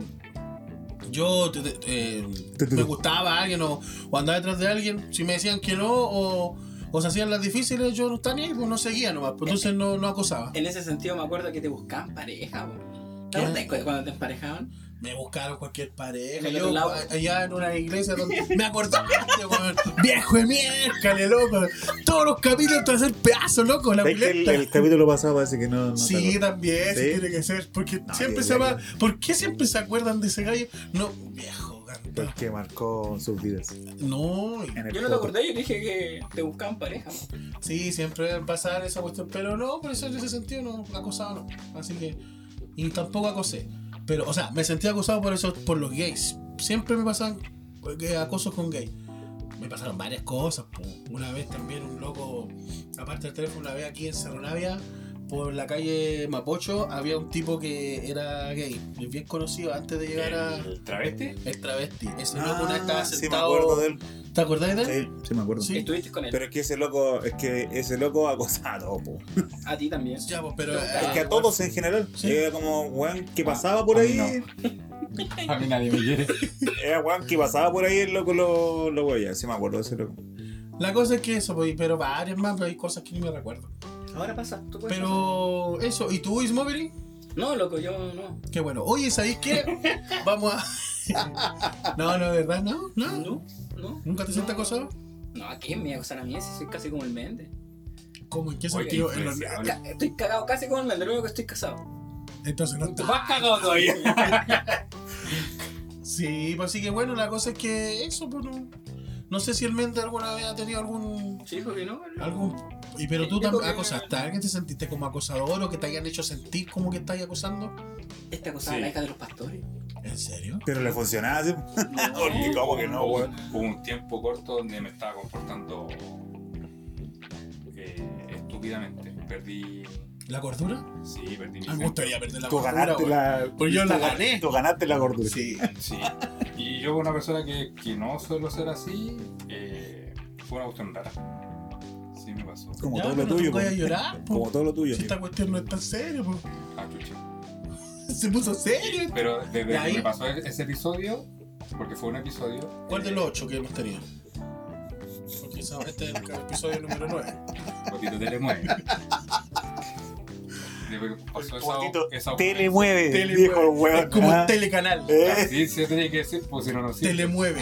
yo te- te- eh, me gustaba a alguien o, o andaba detrás de alguien, si me decían que no o, o se hacían las difíciles, yo no estaba ni ahí, pues no seguía nomás, pues entonces no, no acosaba.
En ese sentido me acuerdo que te buscaban pareja, po. ¿Te acuerdas cu- cuando te emparejaban?
Me buscaron cualquier pareja,
Del
yo
otro lado.
a- allá en una iglesia donde me acordaste, weón. viejo de mierda, loco. Todos los capítulos te hacen pedazos, loco, la
Es que el,
pileta.
el capítulo pasado parece que no. no te
Sí,
acordás.
también, sí
¿Sí?
tiene que ser. Porque
No,
siempre
yo-
se
yo-
va. ¿Por qué siempre se acuerdan de ese gallo? No, viejo,
Pues,
ganta.
Porque marcó sus vidas.
No, y-
en el
Yo no te
foco.
acordé, yo dije que te buscaban pareja. po.
sí, siempre va a pasar esa cuestión. Pero no, por eso en ese sentido no, acosado no. Así que. Y tampoco acosé. Pero, o sea, me sentí acosado por eso, por los gays. Siempre me pasan eh, acosos con gays. Me pasaron varias cosas. po. Una vez también un loco, aparte del teléfono, una vez aquí en Cerro Navia, por la calle Mapocho, había un tipo que era gay, y bien conocido antes de llegar a.
¿El Eh, travesti?
El travesti. Ese loco una vez estaba
Ah, sí, me
sentado.
acuerdo de él.
¿Te acordás de él?
Sí.
Sí, me acuerdo.
Sí.
Estuviste con él.
Pero es que ese loco, es que ese loco acosado, po.
A ti también.
Ya, pues, pero.
Es que
eh,
a todos en general.
Sí.
Era como weón que
Ah,
pasaba por
a
ahí.
mí A mí nadie me quiere.
Era weón que pasaba por ahí el loco lo, lo weía. Sí, me acuerdo de ese loco.
la cosa es que eso, pues, pero varias más, pero hay cosas que ni me recuerdo.
Ahora pasa, tú puedes
Pero eso, ¿y tú, Ismoviri?
pasar. No, loco, yo no.
Qué bueno. Oye, ¿sabéis qué? Vamos a. [laughs] no, no, de verdad, no, no.
No, no.
¿Nunca te
no.
sientes acosado?
No, ¿a quién me voy a acosar a mí? Si soy casi como el Mende.
¿Cómo? ¿En qué
Oye, pues
sentido? En los-
influenciable.
Ca- Estoy cagado casi como el Mende, lo único que estoy casado.
Entonces no
Tú
está.
vas cagado todavía.
Sí, pues así que bueno, la cosa es que eso, pues no. No sé si el Mende alguna vez ha tenido algún.
[laughs] Sí, porque no. no.
algún y pero tú
Yo creo
también
que-
acosaste a alguien, te sentiste como acosador o que te hayan hecho sentir como que estás acosando.
Este acosaba a la
Sí.
hija de los pastores.
¿En serio?
Pero le funcionaba así. Porque como que no, weón.
Hubo un tiempo corto donde me estaba comportando eh, estúpidamente. Perdí.
¿La cordura?
Sí,
A mí
perdí mi.
me
centro.
gustaría perder la
Tú
cordura.
ganaste
weón.
la.
Pues yo la
tú-
gané.
Tú ganaste la gordura.
Sí.
Sí. Y yo, una persona que, que no suelo ser así, eh, fue una cuestión rara. Sí, me pasó.
Como
Ya,
todo lo
pero no
tuyo.
te vayas a
po.
llorar, po.
Como todo lo tuyo.
Si esta cuestión no es tan seria, po.
Ah, chucha.
Se puso serio.
Pero desde
¿Y
que
ahí?
me pasó e- ese episodio, porque fue un episodio.
¿Cuál de
eh,
los ocho que hemos tenido? Porque esa- este es el episodio número 9.
Potito Telemueve. Desde que pasó esa- esa
mueve. Dijo el
Es
weón.
como
ah,
un telecanal.
eh,
Sí, se tenía que decir, pues si no nos sirve.
Telemueve.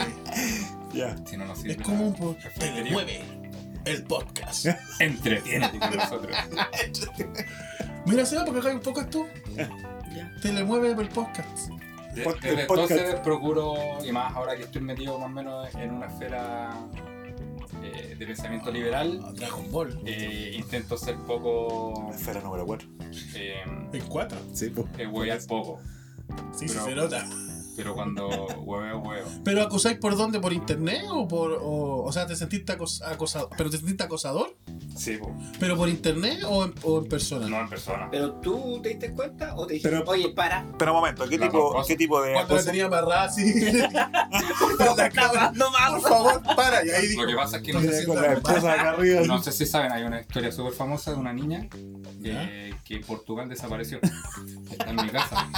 Ya.
Si no nos sirve.
Es como un po-
la-
Telemueve. El podcast.
Eh.
[laughs]
Entretiénete con nosotros.
Mira, Seba, porque acá hay un podcast tú.
Eh.
Ya.
Telemueve el podcast.
De-
Pod-
Desde
el podcast.
entonces procuro, y más ahora que estoy metido más o menos en una esfera eh, de pensamiento liberal,
Ah, Dragon Ball.
eh, intento ser poco.
Esfera número 4.
Eh,
En cuatro.
Sí, po.
eh, huevear poco.
Sí, sí,
Pero-
se nota.
Pero cuando hueveo, huevo.
¿Pero acusáis por dónde? ¿Por internet? ¿O por.? O, o sea, ¿te sentiste acos- acosado? ¿Pero te sentiste acosador?
Sí, po.
¿Pero por internet o en, o en persona?
no en persona.
Eh,
Pero tú te diste cuenta o te dijiste,
Pero-
oye, para.
Pero un momento, ¿qué
La
tipo,
cosa.
¿qué tipo de
Cuando la
acoso?
tenía amarrada así. Con la cámara.
No
Por
mames.
favor, para. Y ahí dijo.
Lo que pasa es que no
Entonces,
sé,
Mira, Con la esposa acá arriba.
no sé si saben, hay una historia súper famosa de una niña que,
¿Ya?
que en Portugal desapareció. Está en mi casa.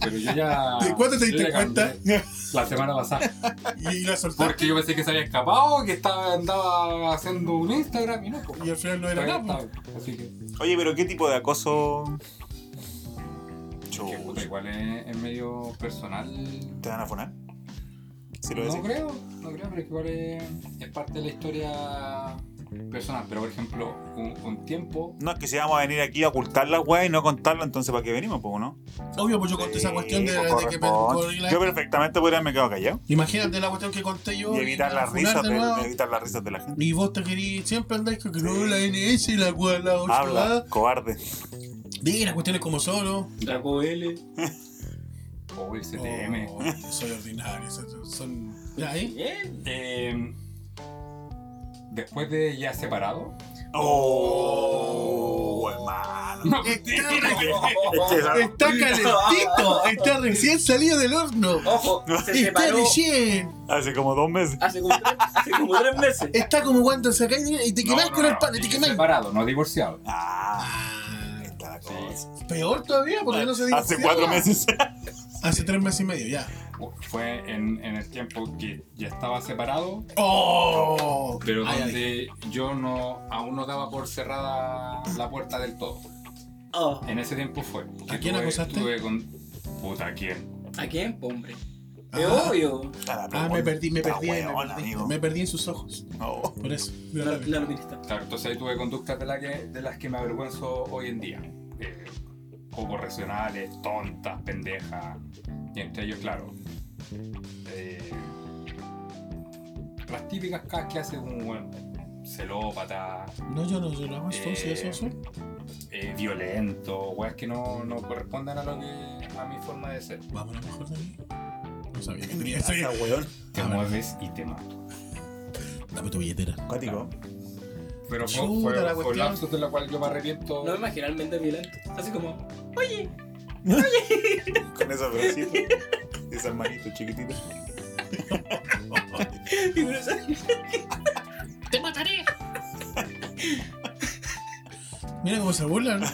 Pero yo ya.
¿De cuándo te
Ah, yo
diste
ya cambié
cuenta?
La semana pasada.
[laughs] Y la soltaste.
Porque yo pensé que se había escapado, que estaba, andaba haciendo un Instagram y no, pues.
Y al final no era
Todavía
nada. pues.
estaba. Así que,
Oye, pero ¿qué tipo de acoso?
que puta,
Chuch,
igual es, es medio personal.
¿Te van a funar? Si lo
No
decís.
creo, no creo, pero que igual es, es parte de la historia personal. Pero por ejemplo, un, un tiempo.
No, es que si vamos a venir aquí a ocultar las weas y no contarlas, entonces ¿para qué venimos, po, no?
po. Obvio, pues yo conté esa
Sí,
cuestión de,
po,
de que me
corresponde.
corrí la-
Yo perfectamente podría haberme quedado callado.
Imagínate la cuestión que conté yo.
Y evitar las
funar
risas
de
de,
nuevo.
de evitar las risas de la gente.
Y vos te querís, siempre andáis con que no,
Sí.
la NS y la cual la ocho,
Habla,
¿verdad?
cobarde.
Di las cuestiones como solo.
Draco L.
O el CTM.
Oh, yo soy ordinario. Son. son- ¿Ya ahí?
Bien.
[laughs] Eh, después de ya separado.
Oh, hermano.
Está,
Es que esa-
está calentito. Está recién salido del horno.
Ojo, se
Está
separó
recién.
hace como dos meses.
hace como tres, hace como tres meses.
[laughs] Está como cuando sacáis y te
No,
quemáis
no,
con
no,
el pan. Y te
dije
quemáis.
Separado, no divorciado.
Ah,
Ah,
está la
Sí.
cosa.
Peor todavía porque no se divorció.
Hace cuatro
[laughs]
meses.
Hace tres meses y medio, ya.
Fue en, en el tiempo que ya estaba separado,
¡Oh!
pero
Ay, ay.
donde yo no aún no daba por cerrada la puerta del todo.
Oh,
En ese tiempo fue.
¿A quién acosaste?
Tuve con... Puta, ¿quién?
¿A quién, Pues, hombre? Es
Ah.
obvio.
Está la
Ah, me perdí, me
Está
perdí, me
huevón,
perdí,
amigo.
me perdí en sus ojos.
Oh.
Por eso.
No, no, lo viniste.
Claro, entonces ahí tuve conductas de, la que- de las que me avergüenzo hoy en día. Eh, poco racionales, tontas, pendejas. Y entre ellos, claro. eh, las típicas cagas que hace un weón celópata,
No, yo no, yo no hago eso,
Eh,
sí, eso, eso.
eh, violento, weas que no, no corresponden a lo que a mi forma de ser.
Vamos a lo mejor de mí. No sabía que tenía eso.
Esa weón.
Te
Ah,
mueves y te mato.
Dame tu billetera. [laughs]
Cuático.
Pero fue,
Chuta,
fue,
la
fue
cuestión.
un lapsus de la cual yo me arrepiento.
No me imagino al Mendes violento. Así como, [laughs] oye,
Con esos bracitos. Esas manitos chiquititas.
y uno sale.
Mira cómo se burlan. ¿no?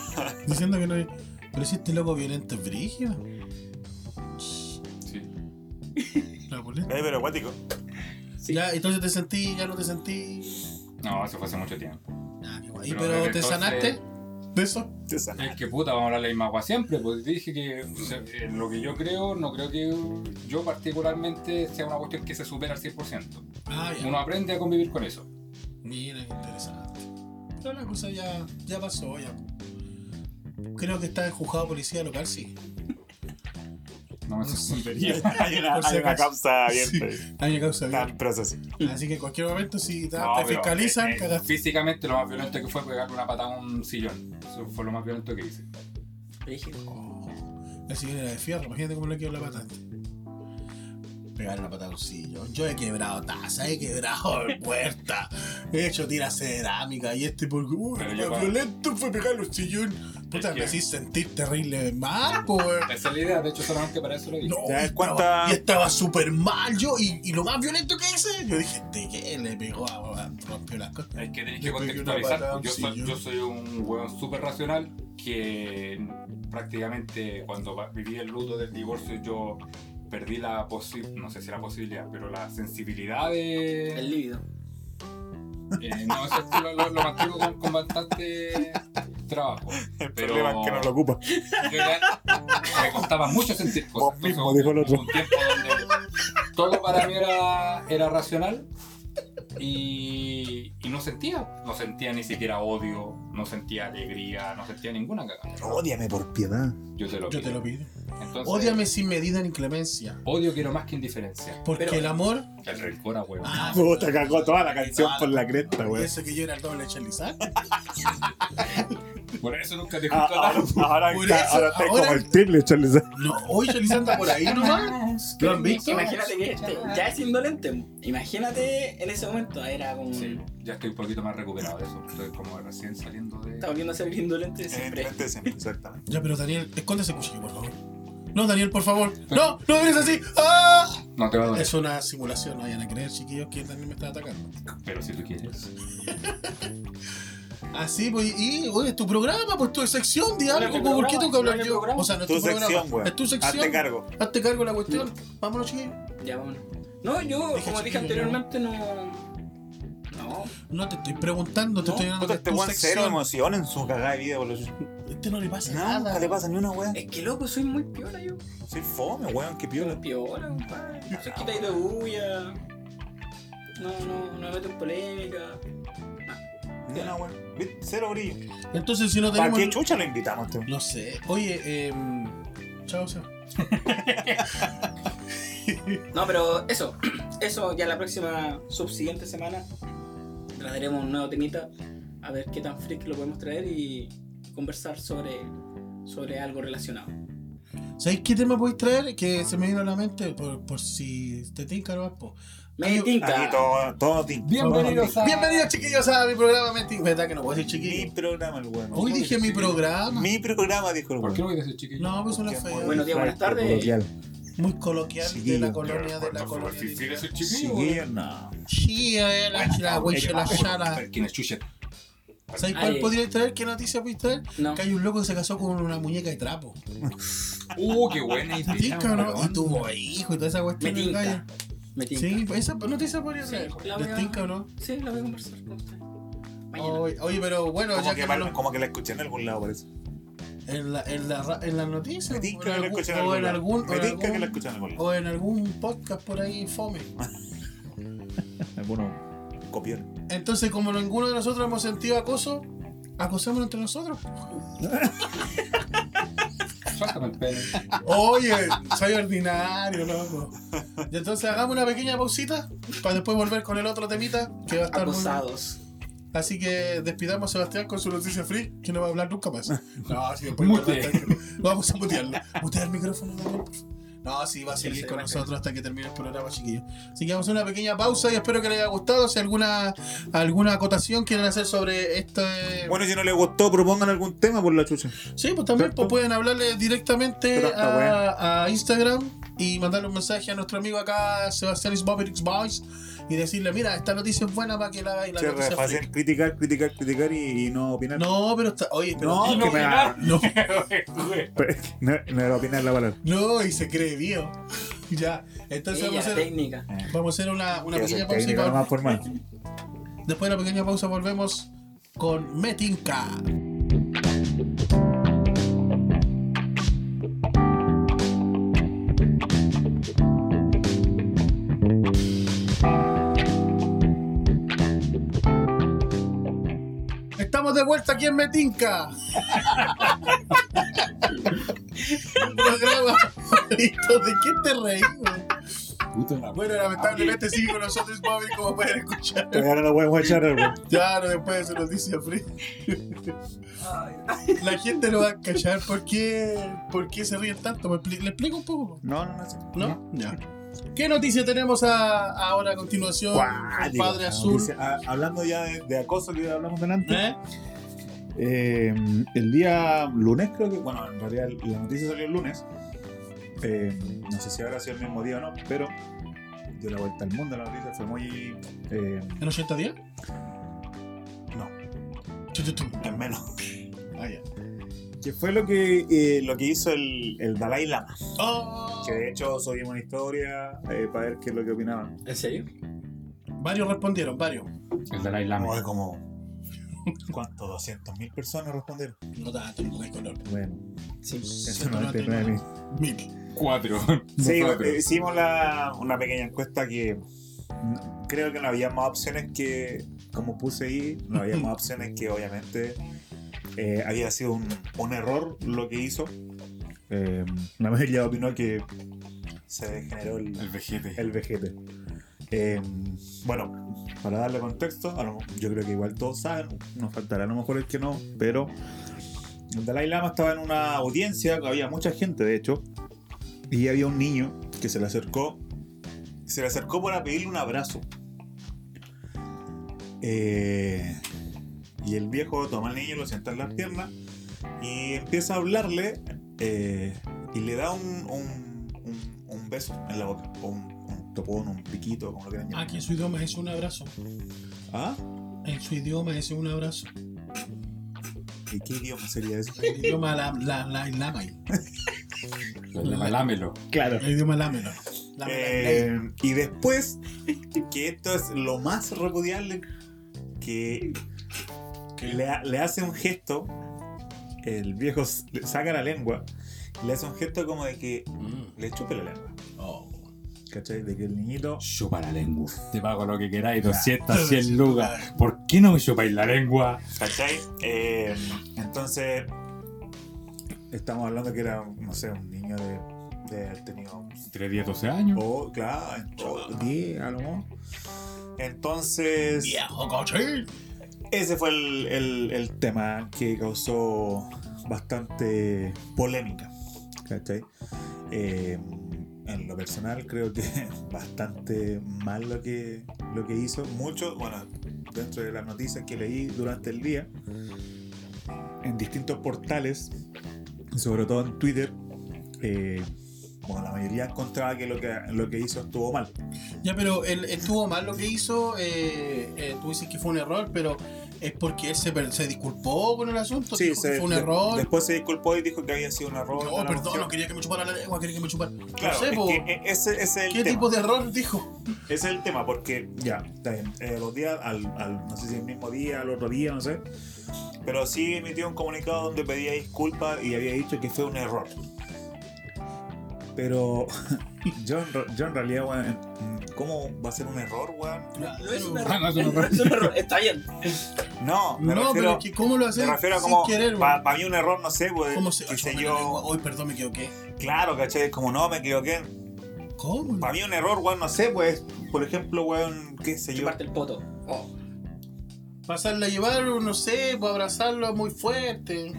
Diciendo que no hay. Pero si este loco violento es brígido.
Sí.
La boleta.
Eh, pero cuático.
Sí.
Ya, entonces te sentí, ya no te sentí.
No, eso fue hace mucho tiempo.
Ah, qué guay. ¿Y
Pero
pero,
desde
te
entonces-
sanaste de eso?
Te sa-
Es que puta, vamos a hablar la misma agua siempre. Pues dije que o sea, eh, lo que yo creo, no creo que yo particularmente sea una cuestión que se supera al 100%.
Ah, ya.
Uno aprende a convivir con eso.
Mira, qué interesante. Pero la cosa ya, ya pasó, ya. Creo que está en juzgado policía local, sí.
No me
No sé.
sorprendería.
Hay una,
Por si
hay una
acaso.
causa abierta.
Sí, hay una causa
Está
abierta.
en proceso.
Así que en cualquier momento, si te,
No,
te
pero,
fiscalizan,
eh, eh,
cagaste.
físicamente lo más violento que fue pegarle una patada a un sillón. Eso fue lo más violento que hice.
Rígido.
Oh. La siguiente era de fierro, imagínate cómo le quedó la patante. Pegar la patada a un sillón. Yo he quebrado taza, he quebrado [laughs] puerta, he hecho tira cerámica y este porque uy,
Pero
lo
yo
más
pa-
violento fue pegar un sillón. Puta,
Es que-
me hacís sentir terrible mal, pues.
Esa es la idea, de hecho solamente para eso lo hice.
No,
¿Te das
y estaba-
cuenta?
Y estaba súper mal yo, y, y lo más violento que hice, yo dije, ¿de qué le pegó a, a- rompió las cosas?
Es que tenéis
Le
que
pegué una patada a
contextualizar.
un sillón.
Yo soy, yo soy un hueón súper racional que prácticamente cuando va- viví el luto del divorcio yo perdí la posibilidad, no sé si la posibilidad, pero la sensibilidad
El
de...
lívido.
eh, no, eso es que lo, lo- lo mantengo con, con bastante trabajo.
El
Pero-
problema es que no lo ocupa.
Yo ya- me costaba mucho sentir
Vos
cosas.
mismo,
Entonces,
dijo el otro.
hubo Un tiempo donde todo para mí era, era racional y, y no sentía. No sentía ni siquiera odio, no sentía alegría, no sentía ninguna cagada.
Ódiame por piedad.
Yo te lo
Yo te
pido.
lo pido.
Entonces,
Ódiame sin medida ni clemencia,
Odio quiero más que indiferencia.
porque
Pero-
el amor...
El rencor a huevo.
[laughs]
Ah,
Puta, cagó toda la canción por la cresta,
Y
weón.
eso que yo era el doble Charizard.
Por eso nunca te
Ah,
gustó
Ahora, ahora,
Por
está-
eso,
ahora está
ahora-
como el triple, Charles.
No, hoy Charizard anda
[laughs]
por ahí nomás. ¿Lo han visto?
Imagínate que este ya es indolente. pues. Imagínate en ese momento, ah, era como.
Sí, ya estoy un poquito más recuperado de eso. Estoy como recién saliendo de.
Está volviendo a ser el indolente de
Eh,
siempre.
Evidentemente siempre, exactamente.
Ya, pero Daniel, esconde ese cuchillo, por favor. No, Daniel, por favor. No, no eres así. ¡Ah!
No te va a doler,
Es una simulación, no vayan a creer, chiquillos, que Daniel me está atacando.
pero si tú quieres.
Así, pues, y, y, oye, es tu programa, pues tu sección, di
Bueno,
algo,
mi
pues, ¿por qué
programa,
tengo que hablar
bueno, mi
yo?
programa.
O sea, no es tu,
Tu sección,
programa,
weón.
es tu sección.
Hazte cargo.
Hazte cargo de la cuestión. Vámonos, chiquillos.
Ya vámonos. No, yo,
Dije
como
chiquillo,
dije anteriormente, no. No.
No te estoy preguntando, te
No,
estoy dando
pues,
Puta, este
de tu
weón cero
sección.
emoción en su cagada de vida, boludo.
Este no le pasa
Nada,
nada. Eh.
le pasa ni una, weón.
Es que loco, soy muy piola yo.
Soy fome, weón, qué piola.
Piola, compadre. Se quita ahí de bulla. No, no, no me meto en polémica.
Ni una, weón. ¿Viste? Cero brillo.
Entonces, si no
¿Para
tenemos.
qué chucha lo invitamos, tú?
No sé. Oye, eh. Chao, Seba.
No, pero eso, [clears throat] eso ya la próxima subsiguiente semana traeremos un nuevo temita a ver qué tan freak lo podemos traer y conversar sobre, sobre algo relacionado.
¿Sabéis qué tema podéis traer? Que se me vino a la mente por, por si te tinca no po.
Me
Aquí
tinta.
todo, todo tinta.
Bienvenidos a.
Bienvenidos chiquillos a mi programa Mentín. ¿Verdad que no puedo decir
Mi
chiquillo?
programa, el weón.
Hoy dije mi programa.
Mi programa, dijo el
¿Por qué lo
weón.
voy a decir, chiquillo?
No, pues una fea.
Buenos días, buenas tardes.
Coloquial.
Muy coloquial de la
Chiquillo.
colonia de la
Por favor,
colonia.
si
de-
quieres ser
Sí,
chiquillo, weón.
no.
Chiquillo, eh, la la huella, la sala.
¿Quién es chucha?
¿Sabéis cuál
Ay.
podríais traer? ¿Qué noticia podéis traer?
No.
Que hay un loco que se casó con una muñeca de trapo.
Uh, qué buena
¿Te
idea.
tinca o no? Y
weón.
tuvo hijo y toda esa
Me
cuestión. del gallo.
tinta. Me tinta.
Sí, esa noticia podría
Sí,
ser.
la
¿Te
voy a-
tinca o no?
Sí, la voy a conversar con usted. Mañana.
Oye, oye, pero bueno,
Como
ya
que,
que
mal-
no lo-
como que la escuché en algún lado, parece.
en la, en la, ra- en la noticia
Me
o
tinca que
en
la
algún-
escuché en
o
algún
en
lado.
algún- o
Me
en
tinca que la
algún
escuché en algún lado.
o en algún podcast por ahí fome.
Alguno
Eh,
copión.
Entonces, como ninguno de nosotros hemos sentido acoso, acosémonos entre nosotros.
Suéltame el pene.
Oye, soy ordinario, loco. Y entonces hagamos una pequeña pausita para después volver con el otro temita que va a estar muy-
Acosados.
Así que despidamos a Sebastián con su noticia free, que no va a hablar nunca
[laughs]
más. No, sí, después
Mute.
vamos a mutearlo. Mutea el micrófono. Daniel, por favor. No, sí, va a seguir
sí,
con
va a
nosotros hasta que termine el programa, chiquillos. Así que vamos a hacer una pequeña pausa y espero que les haya gustado. Si alguna, alguna acotación quieren hacer sobre este...
Bueno, si no les gustó, propongan algún tema por la chucha.
Sí, pues también pues,
Perfecto.
pueden hablarle directamente
Perfecto,
a, a Instagram y mandarle un mensaje a nuestro amigo acá, Sebastián Isbobirix Boys, y decirle, mira, esta noticia es buena para que la hagáis la
Sí, es
noticia
fácil
free".
criticar, criticar, criticar y, y no opinar. [laughs]
No, pero está, oye, pero
No,
no,
que me da-
no,
no, no era opinar la palabra.
no, y se cree mío. [laughs] ya, entonces
Ella,
vamos a
la
hacer,
técnica.
vamos a hacer una, una
Quiero
pequeña
ser
pausa y
técnico,
vol- [laughs]
nomás formal.
después de la pequeña pausa volvemos con Metinka. Estamos de vuelta aquí en Metinca. [laughs] Un programa favorito. ¿De qué te reí? güey?
Puta la
Bueno, lamentablemente sigue con nosotros Bobby, como pueden escuchar.
Pero ahora no podemos echar algo.
Claro, después de su noticia free. La gente no va a callar. ¿Por qué, por qué se ríen tanto? ¿Me expli- ¿Le explico un poco?
No, no, no.
¿No? Ya. ¿Qué noticia tenemos a- ahora a continuación?
Cuático.
Padre
No,
Azul.
dice, ah, hablando ya de, de acoso que hablamos delante.
¿Eh?
Eh, el día lunes, creo que. Bueno, en realidad la noticia salió el lunes. Eh, no sé si habrá sido el mismo día o no, pero dio la vuelta al mundo. La noticia fue muy. eh,
¿En 80 días?
no,
Chu, chu, chu.
en menos. [laughs]
Ah, ya.
Que fue lo que, eh, lo que hizo el, el Dalai Lama.
Oh,
Que de hecho subimos una historia eh, para ver qué es lo que opinaban.
¿En serio?
varios respondieron, varios.
El Dalai Lama.
Como, como. ¿Cuánto? 200.000 personas respondieron.
No tanto, no hay color.
Bueno,
Sí.
eso no es
Mil.
Cuatro.
Sí,
Cuatro.
eh, hicimos la- una pequeña encuesta que no- creo que no había más opciones que, como puse ahí, no había más opciones que obviamente eh, había sido un, un error lo que hizo. Eh, la mayoría opinó que se degeneró el,
El vejete.
el vejete. Eh, bueno, para darle contexto, a lo- yo creo que igual todos saben, nos faltará a lo mejor el que no, pero el Dalai Lama estaba en una audiencia, había mucha gente de hecho, y había un niño que se le acercó, se le acercó para pedirle un abrazo. Eh, y el viejo toma al niño, lo sienta en las piernas y empieza a hablarle eh, y le da un, un, un- un beso en la boca, o un, un topón, un piquito, como lo quieran
Ah,
llamar.
que en su idioma es un abrazo.
¿Ah?
En su idioma es un abrazo.
¿Y qué idioma sería eso?
El idioma la, la, la, lama.
El Dalai Lámelo.
Claro.
El idioma lámelo. Lámelo.
Eh, y después, que esto es lo más repudiable, que le, ha- le hace un gesto, el viejo s- le saca la lengua, y le hace un gesto como de que le chupe la lengua.
Oh.
¿Cachai? De que el niñito...
Chupa la lengua. Te pago lo que queráis, 200, 100 lucas. ¿Por qué no me chupáis la lengua?
¿Cachai? Eh, entonces, estamos hablando que era, no sé, un niño de, de haber tenido
Entre 10, 12 años.
O, Oh, claro, o 10 a lo mejor. Entonces,
Viejo cochín.
ese fue el, el- el tema que causó bastante polémica. ¿Cachai? Eh, en lo personal creo que [laughs] bastante mal lo que, lo que hizo. Mucho, bueno, dentro de las noticias que leí durante el día, en distintos portales, sobre todo en Twitter, eh, bueno, la mayoría encontraba que lo que, lo que hizo estuvo mal.
Ya, pero él estuvo mal lo que hizo. eh, eh, tú dices que fue un error, pero es porque él se, per- se disculpó con el asunto.
Sí,
dijo que
se-
fue un
de-
error.
Después se disculpó y dijo que había sido un error.
No,
de la
perdón,
mujer.
no quería que me chupara la lengua, quería que me chupara.
Claro,
no sé,
es
po,
que e- ese, ese es el
¿qué
tema.
tipo de error dijo?
Ese es el tema, porque ya, está bien. eh, los días, al, al- no sé si el mismo día, al otro día, no sé. Pero sí emitió un comunicado donde pedía disculpas y había dicho que fue un error. Pero [laughs] yo, en re- yo en realidad, weón, ¿cómo va a ser un error, weón?
No es un
Ah, no,
error.
es un error.
no [laughs] es un error. Está bien.
No, me
No, pero
refiero,
es que ¿cómo lo haces
me refiero a
sin
como,
querer,
para
weón?
mí un error, no sé, weón,
¿Cómo se
qué sé
chupó la lengua?
yo,
Hoy, perdón, me equivoqué.
claro, ¿cachai? Como no, me equivoqué.
¿Cómo?
Para mí un error, weón, no sé, pues, por ejemplo, weón, qué sé yo.
Chuparte el poto. Oh.
Pasarla a llevar, no sé, pues, abrazarlo muy fuerte.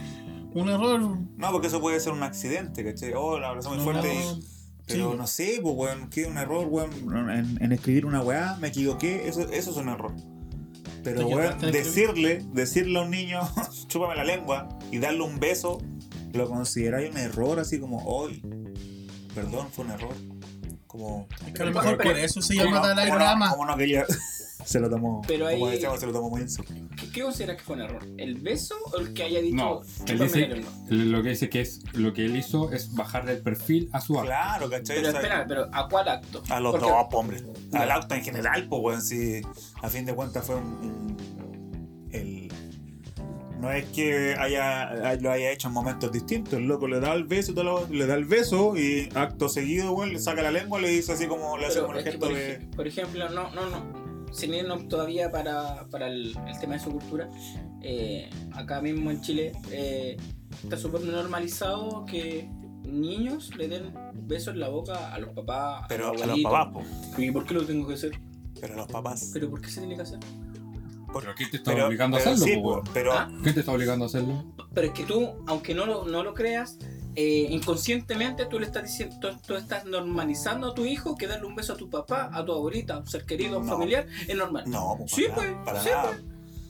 Un error.
No, porque eso puede ser un accidente, ¿cachai? Oh, la abrazo muy
no,
fuerte y-
no.
Pero
Sí.
no sé, pues, weón, que un error, weón, en, en escribir una weá, me equivoqué, eso, eso es un error.
Te
Pero, weón,
equivocaste en
decirle, decirle a un niño, [laughs] chúpame la lengua, y darle un beso, lo consideráis un error, así como, hoy, perdón, fue un error. Como,
Es que a lo mejor
Pero-
por eso se
como
llama
no- como no-
Dalai
como no
[laughs]
quería. se lo tomó,
Pero ahí-
como decíamos, se lo tomó muy en serio.
¿Qué, qué consideras que fue un error? ¿El beso o el que haya dicho
No, él
"Chúpame la
dice,
lengua"?
lo que dice que es lo que él hizo es bajar del perfil a su acto.
Claro, ¿cachai?
Pero
O sea,
espera, pero ¿a cuál acto?
A los
Porque-
dos, po, hombre. Al acto en general, pues, weón. Si a fin de cuentas fue un. un- el, no es que haya, lo haya hecho en momentos distintos. El loco le da el beso, y todo lo- le da el beso y acto seguido, weón, le saca la lengua, le dice así como le hace
Pero
como el
es que,
gesto
por,
de.
ej- por ejemplo, no, no, no. Sin irnos todavía para, para el, el tema de su cultura, eh, acá mismo en Chile eh, está súper normalizado que niños le den besos en la boca a los papás.
Pero a los
abuelitos.
papás, po.
¿Y por qué lo tengo que hacer?
Pero a los papás.
¿Pero por qué se tiene que hacer?
Pero ¿quién te está
Pero,
obligando a
pero
hacerlo?
sí,
po,
po,
weón?
pero
Ah.
¿Quién te está obligando a hacerlo?
Pero es que tú, aunque no lo, no lo creas, eh, inconscientemente tú le estás diciendo, tú, tú estás normalizando a tu hijo que darle un beso a tu papá, a tu abuelita, a un ser querido, a un
No.
familiar, es normal.
no, po, para
Sí,
nada,
pues,
para
sí,
nada.
pues.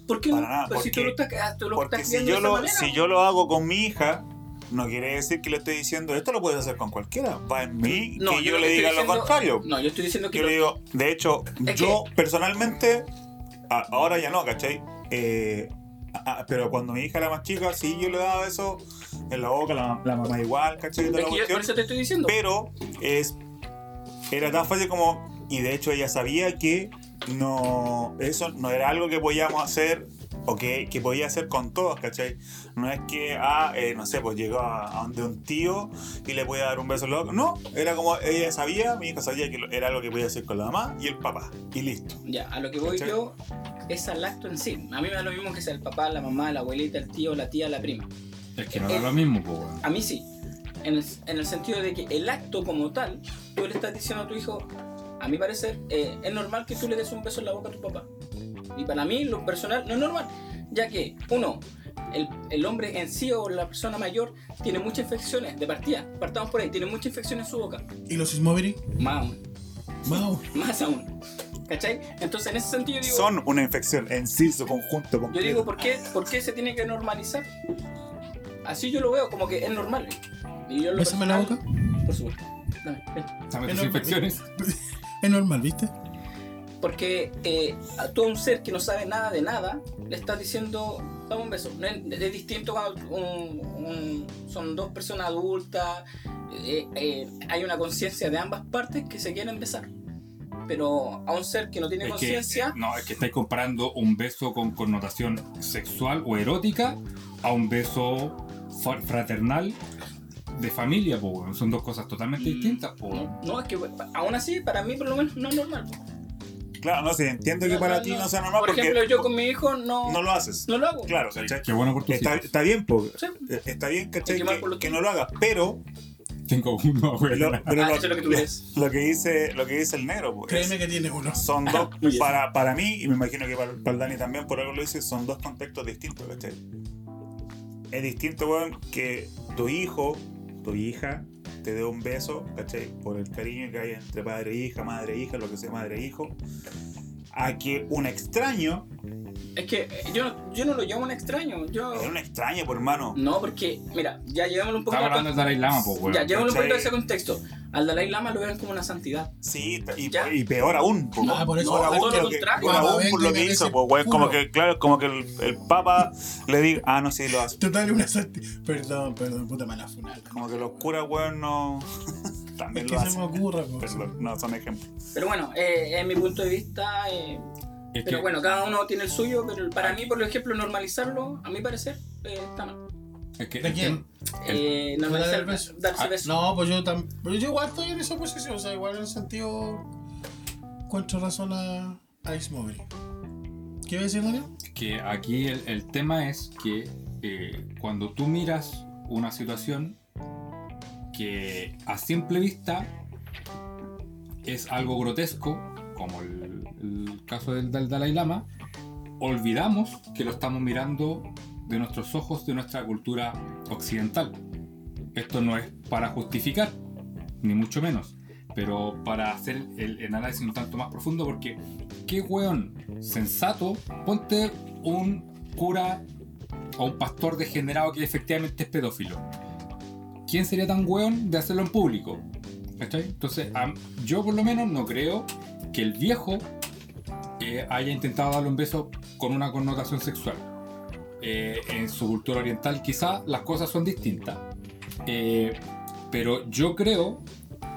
¿Por qué
Para
no?
nada,
Pues si tú
porque-
lo estás, ah, tú lo
Porque
estás
si
viendo
yo,
de esa
lo,
manera. pues.
si yo lo hago con mi hija, no quiere decir que le estoy diciendo esto lo puedes hacer con cualquiera. Va en mí
No,
que yo,
lo
le
que
diga
estoy
lo
diciendo-
contrario.
No, yo estoy diciendo que
Yo
lo-
le digo, de hecho,
Es
yo personalmente, a- ahora ya no, ¿cachai? Eh, a- a- pero cuando mi hija era más chica, sí, yo le daba eso en la boca, la, la mamá igual, ¿cachai?
es
Toda la
que yo-
cuestión. eh,
por eso te estoy diciendo.
Pero es, era tan fácil como, y de hecho ella sabía que no, eso no era algo que podíamos hacer o que, que podía hacer con todos, ¿cachai? No es que, ah, eh, no sé, pues llegó a, a donde un tío y le podía dar un beso loco. No, era como ella sabía, mi hija sabía que lo- era algo que podía hacer con la mamá y el papá, y listo.
Ya, a lo que voy
¿Cachai?
yo es al acto en sí. A mí me da lo mismo que sea el papá, la mamá, la abuelita, el tío, la tía, la prima.
Es que no
Eh,
da lo mismo, po, weón.
A mí sí. En el, en el sentido de que el acto como tal, tú le estás diciendo a tu hijo, a mi parecer, eh, es normal que tú le des un beso en la boca a tu papá. Y para mí, lo personal, no es normal. Ya que, uno, el, el hombre en sí o la persona mayor tiene muchas infecciones de partida. Partamos por ahí, tiene muchas infecciones en su boca.
¿Y los Ismoviri?
Más aún,
Vamos.
más aún. ¿Cachai? Entonces, en ese sentido, digo,
Son una infección en sí, su conjunto
yo
completo.
digo, ¿por qué, ¿por qué se tiene que normalizar? Así yo lo veo, como que es normal. Y yo en lo
Bésame la
personal-
boca.
Por supuesto. Dame,
Dame
ven.
es
tus
normal.
infecciones.
Es normal, ¿viste?
Porque eh, a todo un ser que no sabe nada de nada, le estás diciendo, dame un beso. No es, es distinto cuando un- un- son dos personas adultas, eh, eh, hay una conciencia de ambas partes que se quieren besar. Pero a un ser que no tiene
Es que, eh,
conciencia,
no, es que estáis comparando un beso con connotación sexual o erótica a un beso fa- fraternal de familia, po, weón. Son dos cosas
Mm.
totalmente distintas, po, weón.
no, no, es que aún así, para mí por lo menos no es normal.
Claro, no sé, entiendo que para ti no sea normal
Por
Ah, porque
ejemplo, yo con mi hijo no,
no
no,
lo haces.
lo hago.
Claro,
Sí,
¿cachai?
Qué bueno por tus
Está,
hijos.
está bien, po,
Sí.
eh, está bien, ¿cachai?
Hay que mal
Que,
por lo
que no
tuyo.
lo hagas, pero
Tengo uno, weón.
lo, pero
Ah,
lo-
eso es lo que tú crees.
lo que dice, lo que dice el negro, po, es-
Créeme que tiene uno.
son dos,
Muy bien.
para, para mí, y me imagino que para, para el Dani también, por algo lo dice, son dos contextos distintos, ¿cachai? Es distinto, weón, que tu hijo tu hija te dé un beso, ¿cachai? Por el cariño que hay entre padre e hija, madre e hija, lo que sea madre e hijo, a que un extraño,
Es que eh, yo, yo no lo llamo un extraño. Yo.
es un extraño, por hermano.
No, porque, mira, ya llevémoslo un poco
Estaba
más-
hablando del Dalai Lama, pues, weón.
Ya llevémoslo un poquito a
¿cachai?
ese contexto. Al Dalai Lama lo vean como una santidad.
Sí, y,
Ya.
y peor aún, po,
Ah, por eso,
peor
a
aún,
todo
que
lo
lo que-
contrario.
peor aún por lo que
Venga,
hizo,
ese
po, weón, como
culo.
que, claro, como que el, el Papa le diga, ah, no, sí, lo hace.
Total, una santi- Perdón, perdón, puta mala funar.
Como que los curas, weón, no. [laughs]
Es
También
que
lo
se me
hacen.
ocurre, pues. po.
Perdón, no, son ejemplos.
Pero bueno, eh, es mi punto de vista. eh,
Es que-
pero bueno, cada uno tiene el suyo. Pero para mí, por ejemplo, normalizarlo, a mi parecer, eh, está mal.
es que-
¿De quién?
Eh,
¿Dar
normalizar
el beso?
darse
Ah,
besos.
No, pues yo también. Pero yo igual estoy en esa posición, o sea, igual en el sentido. Encuentro razón a, a Ace Mowbray. ¿Qué iba a decir, Daniel?
que aquí el, el tema es que eh, cuando tú miras una situación que a simple vista es algo grotesco, como el, el caso del, del Dalai Lama, olvidamos que lo estamos mirando de nuestros ojos, de nuestra cultura occidental. Esto no es para justificar, ni mucho menos, pero para hacer el análisis un tanto más profundo, porque qué weón sensato, ponte un cura o un pastor degenerado que efectivamente es pedófilo. ¿Quién sería tan weón de hacerlo en público? ¿Cachai? Entonces, am- yo por lo menos no creo que el viejo eh, haya intentado darle un beso con una connotación sexual. Eh, en su cultura oriental quizá las cosas son distintas. Eh, pero yo creo,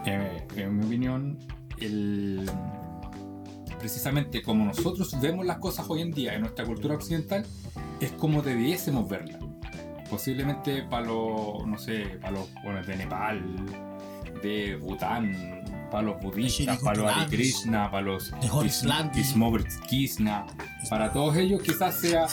eh, en mi opinión, el, precisamente como nosotros vemos las cosas hoy en día en nuestra cultura occidental, es como debiésemos verlas. Posiblemente para los, no sé, para los bueno, de Nepal, de Bután, para los budistas, para los Hare Krishna, para los
De Horizonte.
Kisna, para todos ellos quizás sea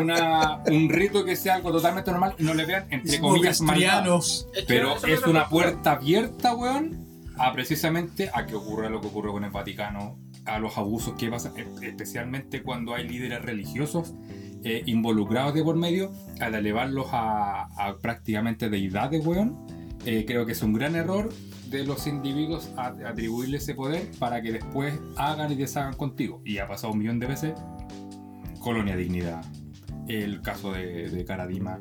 una- un rito que sea algo totalmente normal y no le vean, entre comillas, maldad.
cristianos.
Es que
Pero
eso
es
me
una
refiero.
puerta abierta, weón, a precisamente a que ocurra lo que ocurrió con el Vaticano, a los abusos que pasan, e- especialmente cuando hay líderes religiosos eh, involucrados de por medio, al elevarlos a, a prácticamente deidades, weón. eh, creo que es un gran error de los individuos a- atribuirle ese poder para que después hagan y deshagan contigo. Y ha pasado un millón de veces. Colonia Dignidad, el caso de, de Caradima,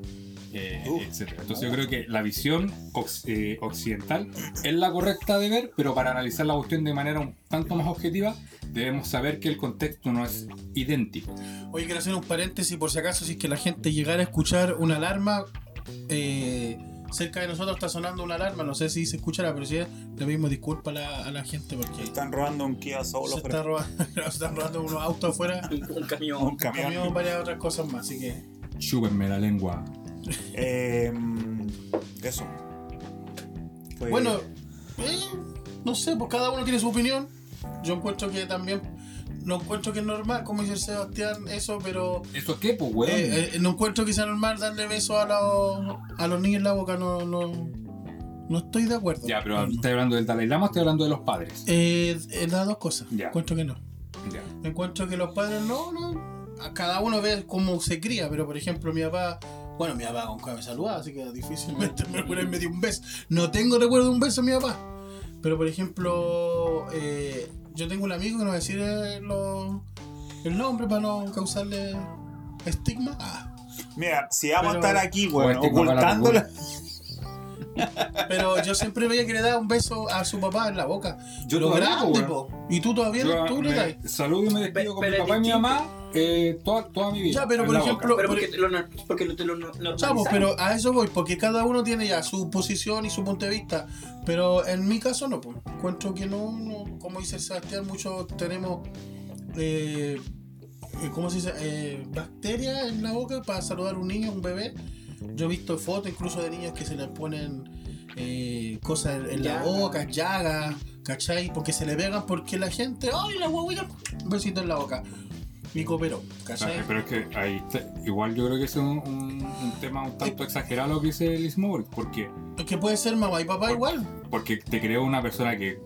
eh,
Uf.
etcétera. Entonces yo creo que la visión occ- eh, occidental es la correcta de ver, pero para analizar la cuestión de manera un tanto más objetiva, debemos saber que el contexto no es idéntico.
Oye, quiero hacer un paréntesis por si acaso, si es que la gente llegara a escuchar una alarma. eh, cerca de nosotros está sonando una alarma, no sé si se escuchará, pero si es, le pedimos disculpas a la, a la gente porque se
Están robando un Kia Soul
está
por
robando, [laughs] se están robando unos autos afuera.
Un, un
un
camión.
camión.
Comimos varias otras cosas más, así que.
Chúpenme la lengua.
Eh, eso. Pues, Fue-
Bueno, eh, no sé, pues cada uno tiene su opinión. Yo encuentro que también, no encuentro que es normal, como dice el Sebastián, eso, pero
¿Eso es qué, pues, weón?
eh, eh, no encuentro que sea normal darle besos a los, a los niños en la boca, no, no, no estoy de acuerdo.
ya, pero
No.
¿estás hablando del Dalai Lama o estás hablando de los padres?
Eh, eh, las dos cosas,
Ya.
encuentro que no.
Ya.
Encuentro que los padres no, no, a cada uno ve cómo se cría, pero por ejemplo mi papá, bueno, mi papá nunca me saludaba, así que difícilmente [laughs] me acuerdo y me dio un beso. No tengo recuerdo de un beso de mi papá, pero por ejemplo, eh, yo tengo un amigo que no voy a decir el, lo- el nombre para no causarle estigma. Ah,
Mira, si vamos
Pero-
a estar aquí, weón,
O este papá la
ocultándola.
Pero yo siempre veía que le daba un beso a su papá en la boca.
Yo
lo
todavía, pues,
grande,
weón.
po. Y tú todavía
Yo
tú le das.
me saludo y me despido con
Pe-
mi
pero
papá
es
y mi
distinto.
mamá eh, toda, toda mi vida.
Ya, pero
en
por
la boca.
ejemplo,
Pero porque te lo, nor- porque lo, te lo nor-
Chavos,
normalizaron.
pero a eso voy, porque cada uno tiene ya su posición y su punto de vista. Pero en mi caso no, pues. Encuentro que no, no- como dice el Sebastián, muchos tenemos, eh, eh, ¿cómo se dice? Eh, bacterias en la boca para saludar a un niño, un bebé. Yo he visto fotos incluso de niños que se les ponen eh, cosas en, en la
Llagas.
boca, llagas, ¿cachai? Porque se le pegan porque la gente, ¡ay, la huevita! Un besito en la boca. Y cooperó, ¿cachai?
Claro, Pero es que ahí está- igual yo creo que es un, un- un tema un
Eh,
tanto exagerado lo que dice Liz Moore, porque,
Es que puede ser mamá y papá igual.
porque te creo una persona que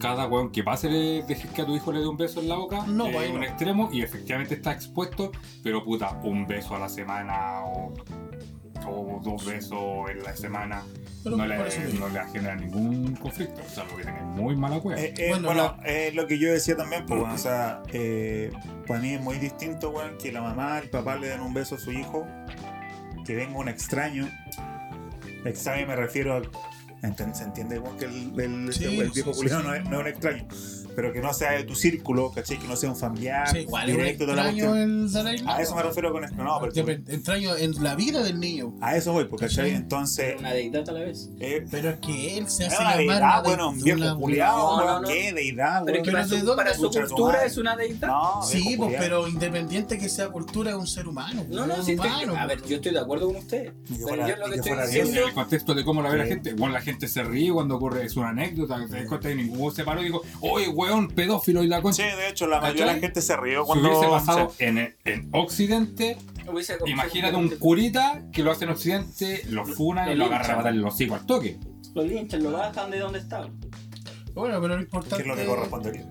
cada weón que pase le dejes que a tu hijo le dé un beso en la boca,
No,
eh,
pues,
un
no.
extremo y efectivamente está expuesto, pero puta, un beso a la semana o, o dos besos en la semana
Pero
no,
por eso
le,
digo.
no le genera ningún conflicto, salvo que tenés muy mala cueva.
Eh, eh,
Bueno,
bueno,
no.
es lo que yo decía también, pues, weón, o sea, eh, para mí es muy distinto, weón, que la mamá, el papá le den un beso a su hijo, que venga un extraño. Extraño me refiero a. enten- ¿Se entiende, weón, que el, el,
Sí,
el
sí,
viejo
sí,
culiao
sí.
no, es, no es un extraño? Pero que no sea de tu círculo, ¿cachai? Que no sea un familiar,
Sí, igual es un
Ah, pues, directo de la
extraño eh,
cuestión.
el Dalai Lama.
A eso pues, me refiero con esto, no, pero-
Dep- Extraño en la vida del niño.
A eso voy, porque ¿cachai?
Sí.
Entonces.
Una deidad a la vez.
eh,
Pero es que él se
es
hace
una
llamar
deidad,
una
bueno, un
de-
viejo
una-
culiao,
No, no,
weón,
no.
¿qué deidad,
Pero es que
Pero
weón?
para
¿de
su,
dónde
para su
escucha tu
cultura
madre?
es una deidad.
No,
Sí,
viejo
pues,
culiao.
pero independiente que sea cultura, es un ser humano.
No,
un
no, sí, estoy-
humano.
a ver, yo estoy de acuerdo con usted.
Ni que
Pero
fuera-
yo
ni
lo que
que
estoy
fuera Dios.
En
diciendo.
el contexto de cómo la ve la
Sí.
gente, bueno, la gente se ríe cuando ocurre, es una anécdota, te das cuenta de ningún se paró y dijo, oye, weón, pedófilo y la
Sí,
concha.
de hecho, la mayoría de la
¿Cachai?
gente se rió
Si
cuando.
hubiese pasado en, en Occidente,
hubiese-
imagínate un curita que lo hace en Occidente, lo funan y lo agarra a matar en los hocico al toque.
Lo linchan, lo bajan de donde estaba.
Bueno, pero lo
¿Qué
importante,
es lo que correspondería?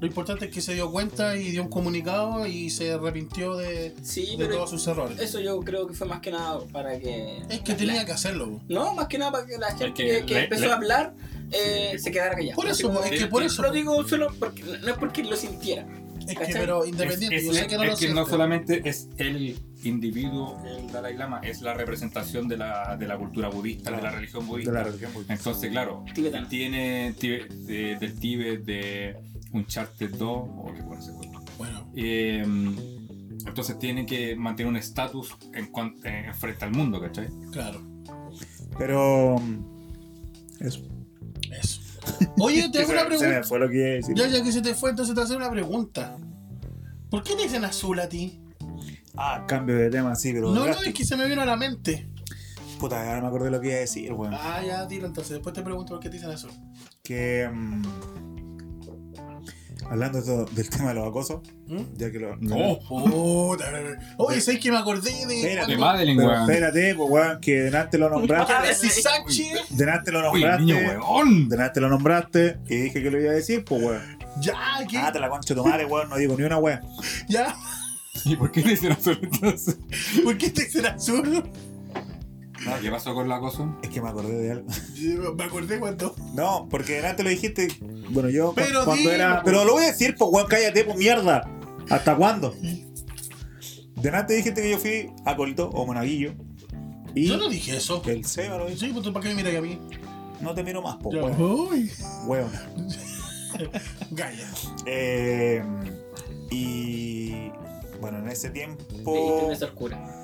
lo importante es que se dio cuenta y dio un comunicado y se arrepintió de,
Sí,
de
pero
todos sus errores.
eso yo creo que fue más que nada para que.
Es que tenía que hacerlo. po.
No, más que nada para que la gente
Porque
que, que
le-
empezó
le-
a hablar eh, se quedara callada.
Por
Así
eso,
como-
es que por eso.
Lo digo solo porque, no es porque lo sintiera.
Es que,
¿Cachai?
pero independiente,
es,
yo
es-
sé que no
es
lo
que
siente.
no solamente es el individuo, el Dalai Lama, es la representación de la, de la cultura budista, de la
Claro.
religión
De
budista.
la religión pues. budista.
Entonces, claro,
Tibetano.
tiene Tibe- de- del Tíbet, de Uncharted 2, o que bueno, ese juego.
Bueno,
Eh, entonces tiene que mantener un estatus en, cuan- eh, frente al mundo, ¿cachai?
claro.
Pero. mm, Eso.
[laughs]
Eso. Oye, te hago
Se-
una
se me
pregunta.
fue lo que iba a decir.
Ya, ya que se te fue, entonces te hago una pregunta. ¿Por qué te dicen azul a ti?
Ah, cambio de tema, sí, pero.
No, no,
gasto-
es que se me vino a la mente.
Puta, ahora me acordé lo que iba a decir, weón.
Ah, ya, dilo entonces. Después te pregunto por qué te dicen azul.
Que. mm, hablando de todo- del tema de los acosos,
¿Mm?
ya que lo.
¡Oh!
Puta. Oye, ¿sabes que me acordé
Espérate,
de
¡De
cuando
Madeline,
Pero
weón!
espérate, pues, weón, que delante lo nombraste.
Alexis Sánchez?
delante lo
¡Uy, el
nombraste.
niño weón!
delante lo nombraste y dije que lo iba a decir, pues, weón.
Ya, ¿qué?
Ah, te la concha de tu madre, weón, no digo ni una weón.
Ya.
¿Y por qué le hicieron eso entonces?
¿Por qué te dicen azul?
¿Qué pasó con
[laughs]
la cosa?
Es que me acordé de algo.
Yo Me acordé cuando.
No, porque delante lo dijiste. Bueno, yo cu-
Pero
cuando
dilo,
era.
po.
Pero lo voy a decir, pues, weón, cállate, pues, mierda. ¿Hasta cuándo? Delante dijiste que yo fui a Colito o Monaguillo. Y
Yo no dije eso.
el Seba lo dijo.
Sí, pues tú para qué me miras a mí.
No te miro más, po,
Ya.
weón.
Uy.
Weón.
Gaya.
Eh, y. Bueno, en ese
Leíste
tiempo.
una oscura.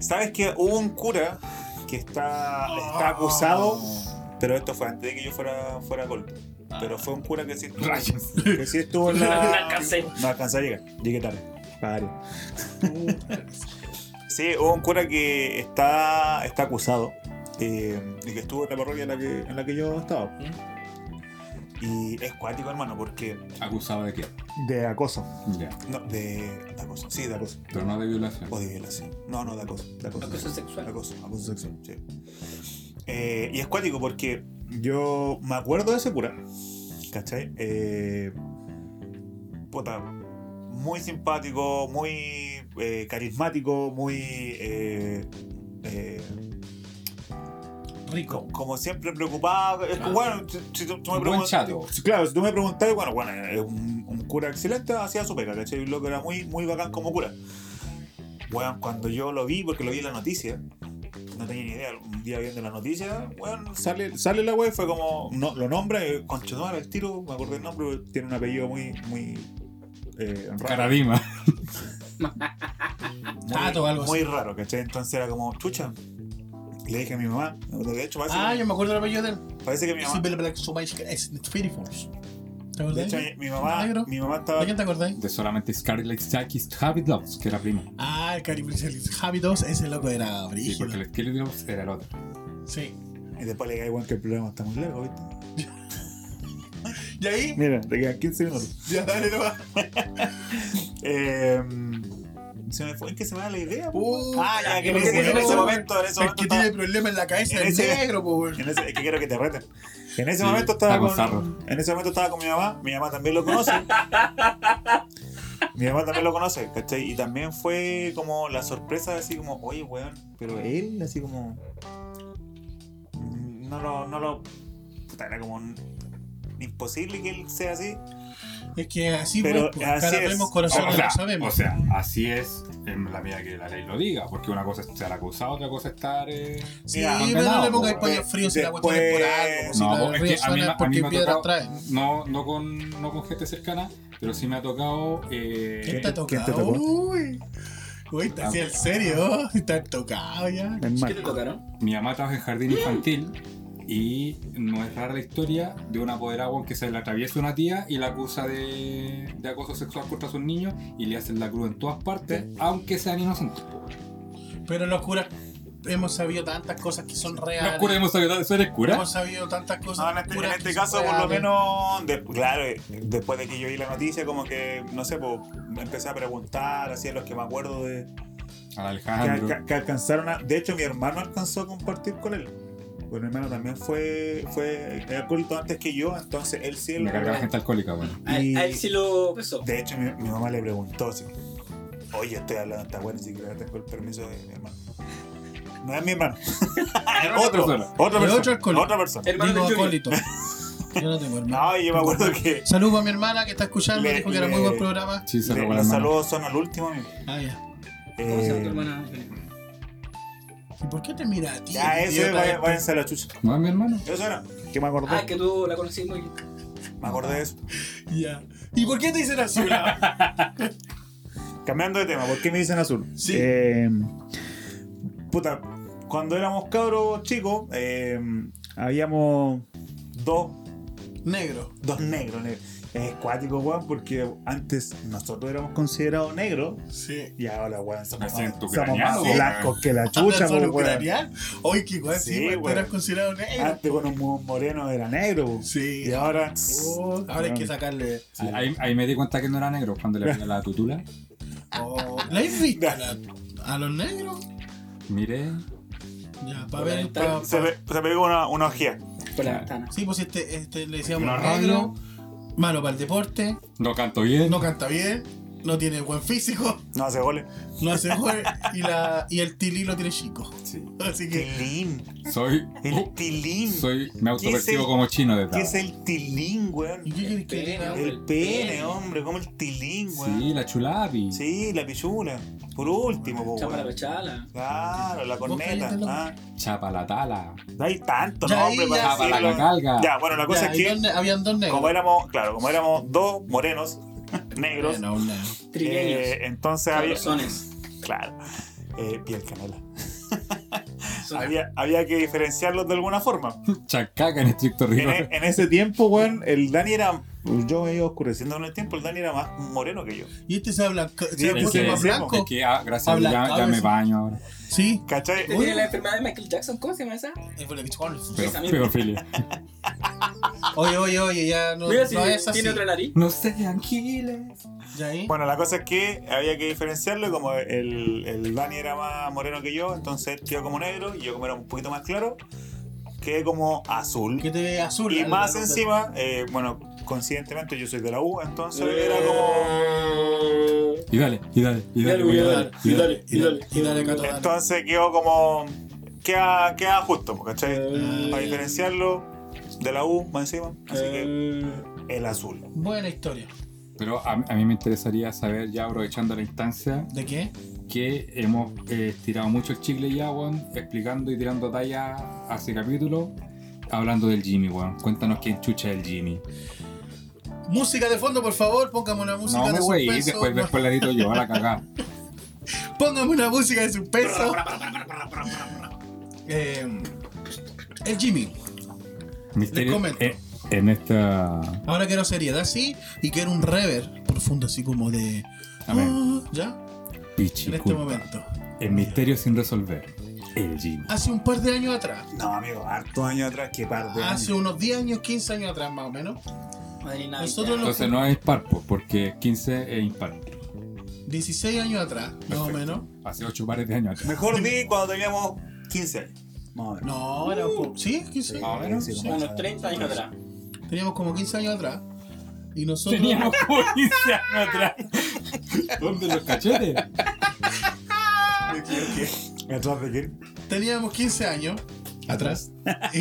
¿Sabes que hubo un cura que está, está acusado?
Ah.
Pero esto fue antes de que yo fuera, fuera a Colto. Pero fue un cura que sí estuvo,
Rayos.
que sí estuvo en
[laughs] No
la.
alcancé.
No alcancé a llegar, llegué tarde. Padre. [laughs] Sí, hubo un cura que está, está acusado eh, y que estuvo en la parroquia en la que, en la que yo estaba.
¿Mm?
Y es cuático, hermano, porque.
¿Acusado de qué?
De acoso.
Ya.
No, de, de acoso. Sí, de acoso.
Pero no de violación.
O de violación. No, no, de acoso. De acoso.
Acoso sexual.
Acoso, acoso sexual, sí. Eh, y es cuático porque yo me acuerdo de ese cura, ¿cachai? Eh, puta, muy simpático, muy eh, carismático, muy... eh, eh,
Rico.
co- como siempre preocupado. Es que, bueno, si, si tú, tú me
Un buen
preguntas...
chato.
si- Claro, si tú me preguntas, bueno, bueno, es un, un cura excelente, hacía su pega, ¿cachai? Lo que era muy, muy bacán como cura. Bueno, cuando yo lo vi, porque lo vi en la noticia, no tenía ni idea, un día viendo la noticia, bueno, sale, sale la web, fue como, no, lo nombra, eh, Conchetumare, el tiro, me acordé el nombre, pero tiene un apellido muy, muy... eh, raro.
Caradima.
muy,
Tato o algo
muy raro, ¿cachai? Entonces era como, chucha. Le dije a mi mamá, de hecho parece,
Ah,
que,
yo me acuerdo del apellido de él.
parece que mi
Sí,
mamá...
Bella Black So Much es Fairy Force. ¿Te
De
acordás?
hecho,
¿De
mi mamá,
Negro.
mi mamá estaba
quién te acordás?
De solamente Scarlett Jackis Habit Loves, que era prima.
Ah, el Cari Javi 2, ese loco era
Sí,
brígido.
porque el Scarlett Loves era el otro.
Sí.
Y después le cae igual que el programa está muy largo, ¿viste?
Y ahí,
Mira, te quedan 15
[laughs]
minutos.
ya dale
[laughs]
nomás.
Eh, se me fue, es que se me da la idea. po.
Uh,
ah, ya, que
qué
me dicen en ese
bueno.
momento, en ese
Es
momento.
que
estaba-
tiene problema en la cabeza
En
del
ese-
negro, pues.
[laughs] en ese- es que quiero que te reten. En ese
Sí,
momento
está
estaba
con
con,
sarro.
En ese momento estaba con mi mamá, mi mamá también lo conoce. mi mamá también lo conoce, ¿cachai? Y también fue como la sorpresa de así como, oye weón, pero él así como. no lo. No lo puta, era como un- imposible que él sea así.
Es que así,
Pero
pues, pues,
así
cara
es.
vemos, corazón
o,
no
sea,
lo sabemos.
o sea, así es en la medida que la ley lo diga, porque una cosa es ser acusado, otra cosa es estar. eh,
sí, pero
mira,
no
condenado,
le pongáis
pues,
paños fríos si la
después-
cuestión es por algo. pues, Si
No,
la río
es que a mí, me-
suena
a
es
mí
porque
me ha
piedras
tocado,
trae.
no, no, con, no con gente cercana, pero sí me ha tocado. eh,
¿Quién te ha
¿Quién te
tocado?
tocó?
Uy, uy, está
Ah.
así el serio. [laughs] Está tocado ya.
Es
¿Qué te tocaron?
Mi mamá trabaja en jardín infantil y no es rara la historia de un apoderado que se le atraviesa una tía y la acusa de, de acoso sexual contra sus niños y le hacen la cruz en todas partes, aunque sean inocentes.
Pero los curas, hemos sabido tantas cosas que son reales.
¿Los curas hemos sabido ser escuras?
Hemos sabido tantas cosas.
No, en este,
puras
en este
que son
caso, por lo
reales.
menos, de- claro, eh, después de que yo vi la noticia, como que, no sé, pues, me empecé a preguntar, así a los que me acuerdo de
Al
que,
Alejandro.
alca- que alcanzaron a. De hecho, mi hermano alcanzó a compartir con él. Bueno, mi hermano también fue, fue alcohólico antes que yo, entonces él sí.
Me carga la gente alcohólica, bueno.
A,
Y-
a él sí lo besó.
De hecho, mi, mi mamá le preguntó así, Oye, estoy hablando de esta buena, ni siquiera tengo el permiso de mi hermano. No es
[laughs]
mi hermano.
Era otra
otro,
persona.
otra
Era
persona.
otro alcohólico.
otra persona.
Hermano
Digo
del Junior.
[laughs]
acólito. Yo no tengo hermano.
No, y yo me acuerdo que
Saludos a mi hermana que está escuchando.
Le-
dijo que era
le-
muy buen programa.
Sí, se
le-
robó la
los
mano.
saludos son al último. amigo.
Ah, ya.
¿Cómo se llama
Eh,
tu hermana?
¿Y por qué te mira a ti?
ya, eso,
idiota?
vaya- váyanse a la chucha.
¿No es mi hermano?
Eso era. Que me acordé.
Ah, que tú la conocimos y
Me acordé de eso.
Ya. ¿Y por qué te dicen
[laughs]
azulado?
Cambiando de tema, ¿por qué me dicen azul?
Sí.
Eh, puta, cuando éramos cabros chicos, eh, habíamos dos
Negro.
dos negros. ne- Es cuático, weón, porque antes nosotros éramos considerados negros
Sí.
y ahora, weón, somos,
Me
más,
siento
somos más
ucraniano,
blancos que la
Chucha,
chucha, po,
¿Son
weón.
ucraniano? Hoy que igual sí,
Sí, Ah.
igual tú
weón.
eras considerado negro.
Antes, bueno, un moreno era negro, po.
Sí.
Y ahora.
Oh, ahora
Ah.
hay que sacarle.
Sí, ahí, ahí me di cuenta que no era negro cuando le vi la tutula.
Oh, ¿La has visto a, la- a los negros?
Miré.
Ya, para ver.
Está-
pa-
Se,
pa-
ve- se pegó una, una ojía.
por la
Claro.
ventana.
Sí, pues este, este le
No
decíamos
radio.
negro, malo para el deporte,
No canto bien.
no canta bien, no tiene buen físico,
No hace goles.
no hace gol y, la, y el tilí lo tiene chico.
Sí.
Así que.
Tilín.
Soy.
El
Oh.
uh,
tilín.
soy. Me
¿Qué es el-
autopercibo como chino de
¿Qué
tal.
es el tilín, weón?
¿Y qué quieres que
Pene,
diga?
hombre.
El pene, hombre, como el tilín, weón.
Sí, la chulapi.
Sí, la pichula. Por último, po,
Chapa la
weón.
pechala.
Claro, la corneta.
cállate, loco.
ah.
Chapa la tala.
No hay tanto
Ya
nombre
ahí
para
ya
Chapa la
decirlo.
cacalga.
Ya, bueno, la cosa
Ya,
es
y dos
que,
ne- habían dos negros.
como éramos, claro, como éramos dos morenos, [laughs] negros,
Bueno, una-
Trigueños.
eh, entonces había.
Cabrosones.
Claro, eh, piel canela.
Son-
Había, había que diferenciarlos de
[laughs]
alguna forma.
Chacaca en estricto
En,
rigor.
e- en ese tiempo, weón, el Dani era. Yo me iba oscureciendo con el tiempo, el Dani era más moreno que yo.
Y este se habla.
Sí,
¿Se
es
puso
que-
más blanco?
Es que ah, gracias a Dios
Habla,
ya, ya
habla,
me
sí.
baño ahora.
Sí.
¿Cachai?
Este tiene la enfermedad de Michael Jackson, ¿cómo se llama esa?
Eh, fue la que chocó.
Pero,
Esa misma.
pero Fili.
[laughs] Oye, oye, oye, ya no,
Mira si
no es así.
tiene otra nariz.
No sean giles.
Ya ¿eh? ahí.
Bueno, la cosa es que había que diferenciarlo, y como el, el Dani era más moreno que yo, entonces él quedó como negro y yo como era un poquito más claro, quedé como azul.
Que te ve azul.
Y
al-
más
al-
encima, eh, bueno, coincidentemente yo soy de la U, entonces
Eh.
era como...
Y dale, y dale, y
Y dale,
dale, güey,
y
y
dale,
dale.
y dale,
Y dale, y dale, Cato, dale.
Entonces quedó como... Queda, queda justo, ¿cachai?
Eh.
Para diferenciarlo de la U, más encima. Así que
Eh,
el azul.
Buena historia.
Pero a, a mí me interesaría saber, ya aprovechando la instancia,
¿De qué?
que hemos eh, tirado mucho el chicle ya, weón, explicando y tirando tallas hace capítulo, hablando del Jimmy, weón. Cuéntanos quién chucha es el Jimmy.
Música de fondo, por favor. Póngame una música
No
de
me güey,
suspenso.
después, después la edito yo, a la cagada.
Póngame una música de suspenso. Eh, el Jimmy. [laughs] Les
Misterio.
comento.
eh, en esta.
Ahora quiero seriedad, sí. Y quiero un rever profundo, así como de.
Amén.
Ah, ¿Ya? En este
pichiculpa.
momento.
El misterio sin resolver. El Jimmy.
Hace un par de años atrás.
No, amigo, hartos años atrás, qué par de
Hace
años.
unos 10 años, 15 años atrás más o menos.
Madre Navidad.
Nosotros lo-
Entonces no es par, po, porque 15 es impar.
16 años atrás, más o
Perfecto.
menos.
Hace 8 pares de años [laughs] atrás.
Mejor di cuando teníamos 15 años. Más o menos.
No, era un poco. Sí, 15
Más o menos.
Sí, como
unos
esa-
30 años atrás.
Teníamos como 15 años atrás. Y nosotros.
Teníamos como 15 años atrás. ¿Dónde los cachetes?
¿Atrás de quién?
Teníamos 15 años atrás. [laughs] Y,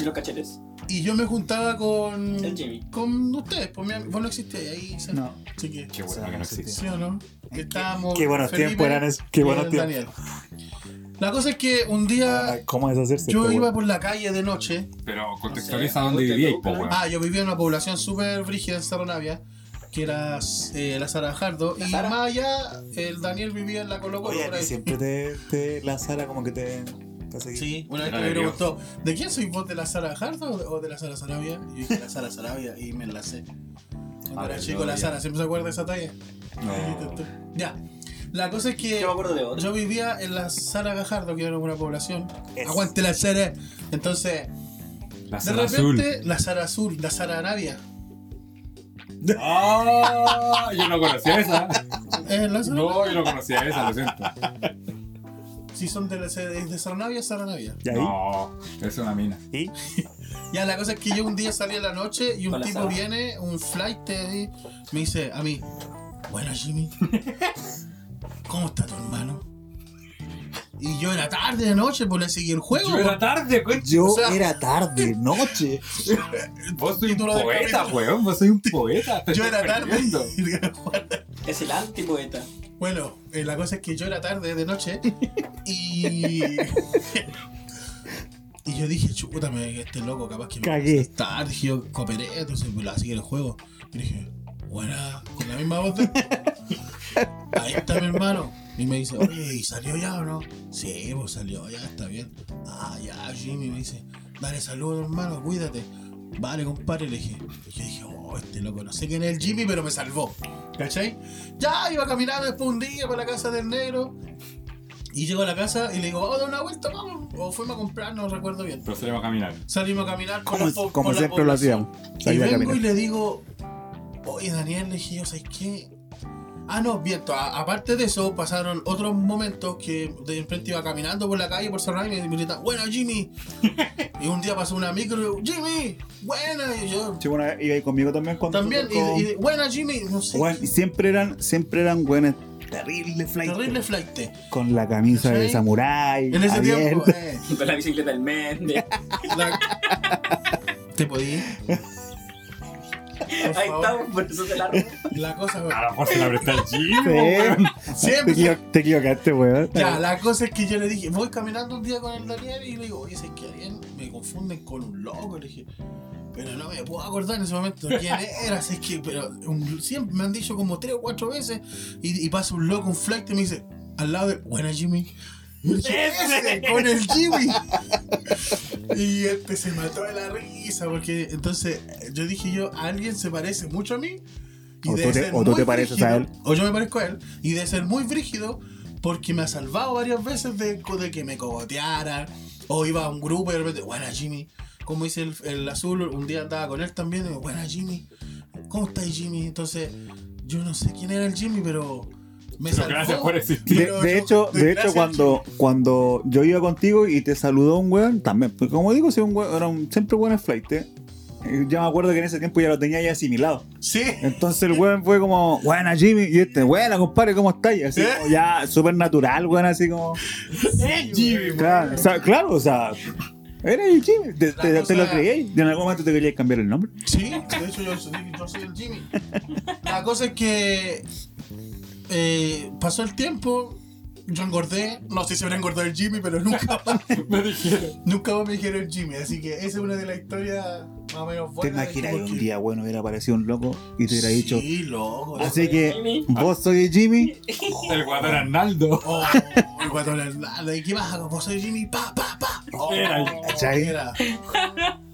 Y los cachetes.
y yo me juntaba con.
El Jimmy.
Con ustedes, pues mi ami- vos no existías ahí, ¿sí?
No.
Así que.
Qué bueno
Sí,
que no
sí,
existe.
¿Sí o no? Que estábamos.
qué buenos
Felipe eh,
tiempos eran esos, qué
y
buenos
el
tiempos.
Daniel. La cosa es que un día
Ay, ¿Cómo deshacerse?
yo
este
iba
weón?
por la calle de noche.
Pero
sé,
contextualiza dónde
usted
vivíais,
pregunta,
po, weón.
Ah, yo vivía en una población súper brígida en Cerro Navia, que era eh, la Sara Jardo. Y
Sara.
más allá, el Daniel vivía en la Colo Colo.
Oye,
por
a ti
ahí.
siempre te, te la Sara como que te. te hace-
Sí, una vez que
Era
me
nervioso.
preguntó, ¿de quién soy vos? ¿De la Sara Jardo o de- o de la Sara Sarabia? Y yo dije, la Sara Sarabia, y me enlacé. Cuando era
Aleluya.
chico, la Sara, ¿siempre se acuerda de esa talla?
Ah,
[laughs]
No.
Ya, la cosa es que
Yo me acuerdo de otro.
yo vivía en la Sara Gajardo, que era una población.
Es-
Aguante la Sara. Entonces,
La
de
sala azul.
repente, la Sara Azul, la Sara Arabia.
¡Ah! Yo no conocía esa.
¿Es la Sara?
No, yo no conocía esa, lo siento.
Si son de, la- es de Sara Navia, Sara Navia.
¿Y ahí?
No, es una mina.
¿Y?
Ya, la cosa es que yo un día salí a la noche y un
Hola,
tipo
Sara.
viene, un flight, ahí, me dice a mí, bueno Jimmy, ¿cómo está tu hermano? Y yo era tarde de noche, pues le seguí el juego.
Yo era tarde, coño.
Yo
O sea-
era tarde, noche.
Vos soy un
Título del
poeta,
capítulo.
weón. Vos soy un poeta. te
pues. Yo
estás [laughs]
era tarde.
perdiendo.
Es el antipoeta.
[laughs] Bueno, eh, la cosa es que yo era tarde de noche y. [laughs] y yo dije, chuta, me- este loco capaz que me
Cagué.
hace tarde, yo cooperé, entonces pues, así que el juego. Y dije, buena, con la misma voz. de- Ahí está mi hermano. Y me dice, oye, ¿y salió ya o no? Sí, pues salió ya, está bien. Ah, ya, Jimmy me dice, dale saludos, hermano, cuídate. Vale, compadre, le dije. Y yo dije, oh, este loco, no sé quién es el Jimmy, pero me salvó. ¿Cachai? Ya iba caminando después un día para la casa del negro. Y llego a la casa y le digo, vamos a dar una vuelta, vamos. O fuimos a comprar, no recuerdo bien.
Entonces íbamos a caminar.
Salimos a caminar con
Como,
la po-
como
con la
siempre lo
población.
hacíamos.
Y
Salía a
vengo y
caminar.
le digo, oye Daniel, le dije yo, ¿sabes qué? Ah, no, bien, to- a- aparte de eso, pasaron otros momentos que de repente iba caminando por la calle, por San y me gritaban, bueno Jimmy. y un día pasó una micro, y yo, Jimmy, buena, y yo,
Sí, bueno, iba ahí conmigo también cuando.
también, y,
con-
y- buena Jimmy, no sé,
Weón, y siempre eran, siempre eran buenas terribles flight.
terrible flight.
Con la camisa de
Sí.
samurái.
En ese tiempo, [laughs]
abierta.
eh,
Con la bicicleta del Méndez.
la- [laughs] ¿te podí? Por
Ahí
favor.
estamos, por eso se la robó.
La cosa
A lo mejor se la presta el Jimmy,
Sí.
weón.
Siempre.
[laughs] Te equivo- Te equivocaste, weón.
Ya, la cosa es que yo le dije, voy caminando un día con el Daniel y le digo, oye, ¿sabes que Ariel me confunden con un loco? Le dije, pero no me puedo acordar en ese momento quién era, si es que, pero un- siempre me han dicho como tres o cuatro veces y, y pasa un loco, un flight y me dice, al lado de, buena Jimmy. Y yo, Ese, [laughs] con el Jimmy. Y este se mató de la risa porque entonces yo dije yo, alguien se parece mucho a mí. y
O
debe
tú te-
ser
o tú
muy
te pareces
brígido,
a él.
O yo me parezco a él. Y de ser muy brígido porque me ha salvado varias veces de, de que me cogotearan. O iba a un grupo y de repente, buena Jimmy. Como dice el, el azul, un día andaba con él también. Y digo, buena Jimmy. ¿Cómo estás Jimmy? Entonces, yo no sé quién era el Jimmy, pero me
Pero
salvó.
gracias por existir.
De,
Pero
de
yo-
hecho, de hecho
gracias,
cuando, cuando yo iba contigo y te saludó un weón, también, porque como digo, si un weón, era un, siempre buen flight. eh. Eh, Yo me acuerdo que en ese tiempo ya lo tenía ya asimilado.
Sí.
Entonces el weón fue como, buena Jimmy, y este, buena compadre, ¿cómo estás? Y así,
¿Eh?
como ya súper natural, weón, así como.
Jimmy.
Claro, o sea, claro, o sea, era el Jimmy, te,
La
te- te lo
cosa-
creí, y en algún momento te querías cambiar el nombre.
Sí, de hecho yo soy, yo soy el Jimmy. La cosa es que eh, pasó el tiempo, yo engordé, no sé si habrá engordado el Jimmy, pero
[laughs]
nunca más,
Me dijeron.
nunca más me dijeron el Jimmy, así que esa es una de las historias más o menos
¿Te
buenas.
imaginas que
de este
un día, bueno, hubiera aparecido un loco y te hubiera dicho,
Sí, loco.
así que
Jimmy.
vos soy Jimmy?
El guatón Arnaldo.
Oh, y cuando le hablan, ¿y qué pasa? Vos soy Jimmy, pa, pa, pa. Oh,
Era el-
¿cachai?
era.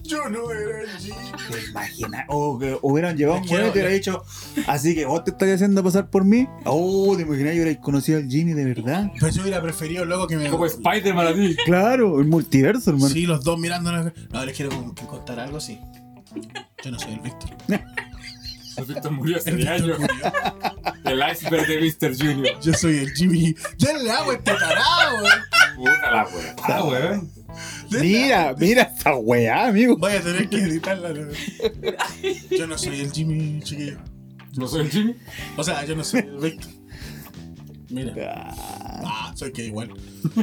Yo no era el Jimmy.
¿Te imaginas? O que hubieran llevado un
Es que
weón y
no,
te
yo-
hubiera dicho, así que vos te estás haciendo pasar por mí. Oh, ¿te imaginas? Yo hubiera conocido al Jimmy de verdad.
Pero yo hubiera preferido, loco, que me.
Como Spider-Man a ti.
Claro, el multiverso, hermano.
Sí, los dos mirándonos. No, les quiero con- que contar algo, sí. Yo no soy el Víctor.
El Víctor murió hace
El
10
Víctor
años.
murió.
El iceberg de Mr. Junior.
Yo soy el Jimmy. Ya le hago este tarado, weón.
Puta la weón. Ah, weón.
Mira, mira esa weá, amigo.
Voy a tener que editarla. weón. Yo no soy el Jimmy, chiquillo.
No soy el Jimmy.
O sea, yo no soy el Víctor. Mira.
Ah,
Ah, soy que igual.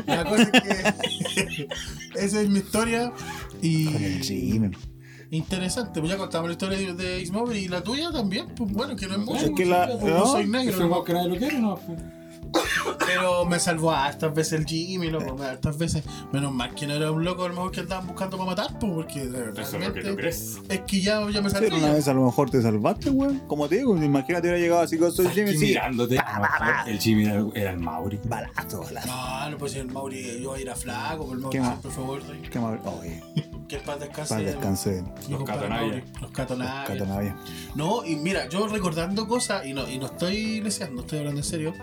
La cosa es que esa es mi historia
con el
y
crimen.
interesante. Pues ya contamos la historia de Ismob y la tuya también. Pues bueno, que no es mucho.
Es que la-
pues,
¿no?
no soy negro,
Eso es
¿no?
más que nadie lo quiere, ¿no? Pues.
pero me salvó hartas veces el Jimmy, loco, hartas veces. Menos mal que no era un loco, a lo mejor que andaban buscando para matar, pues porque de verdad.
Eso es lo que tú crees.
Es que ya, ya me salvé.
Pero una
ya.
vez a lo mejor te salvaste, weón. Como te digo, imagínate hubiera llegado así con soy Jimmy.
Jimmy
Sí,
mirándote. El Jimmy era, era el Mauri.
balazo, balazo.
No, no, pues el Mauri yo era flaco, pues el Mauri
¿Qué más?
siempre fue gordo. y-
Qué mal. Oye,
Que el paz descanse.
para el descanso de
mi
Los
compadre
Catonaya.
Mauri, Los catonayas.
Catanavia.
No, y mira, yo recordando cosas, y no, y no estoy leseando, estoy hablando en serio.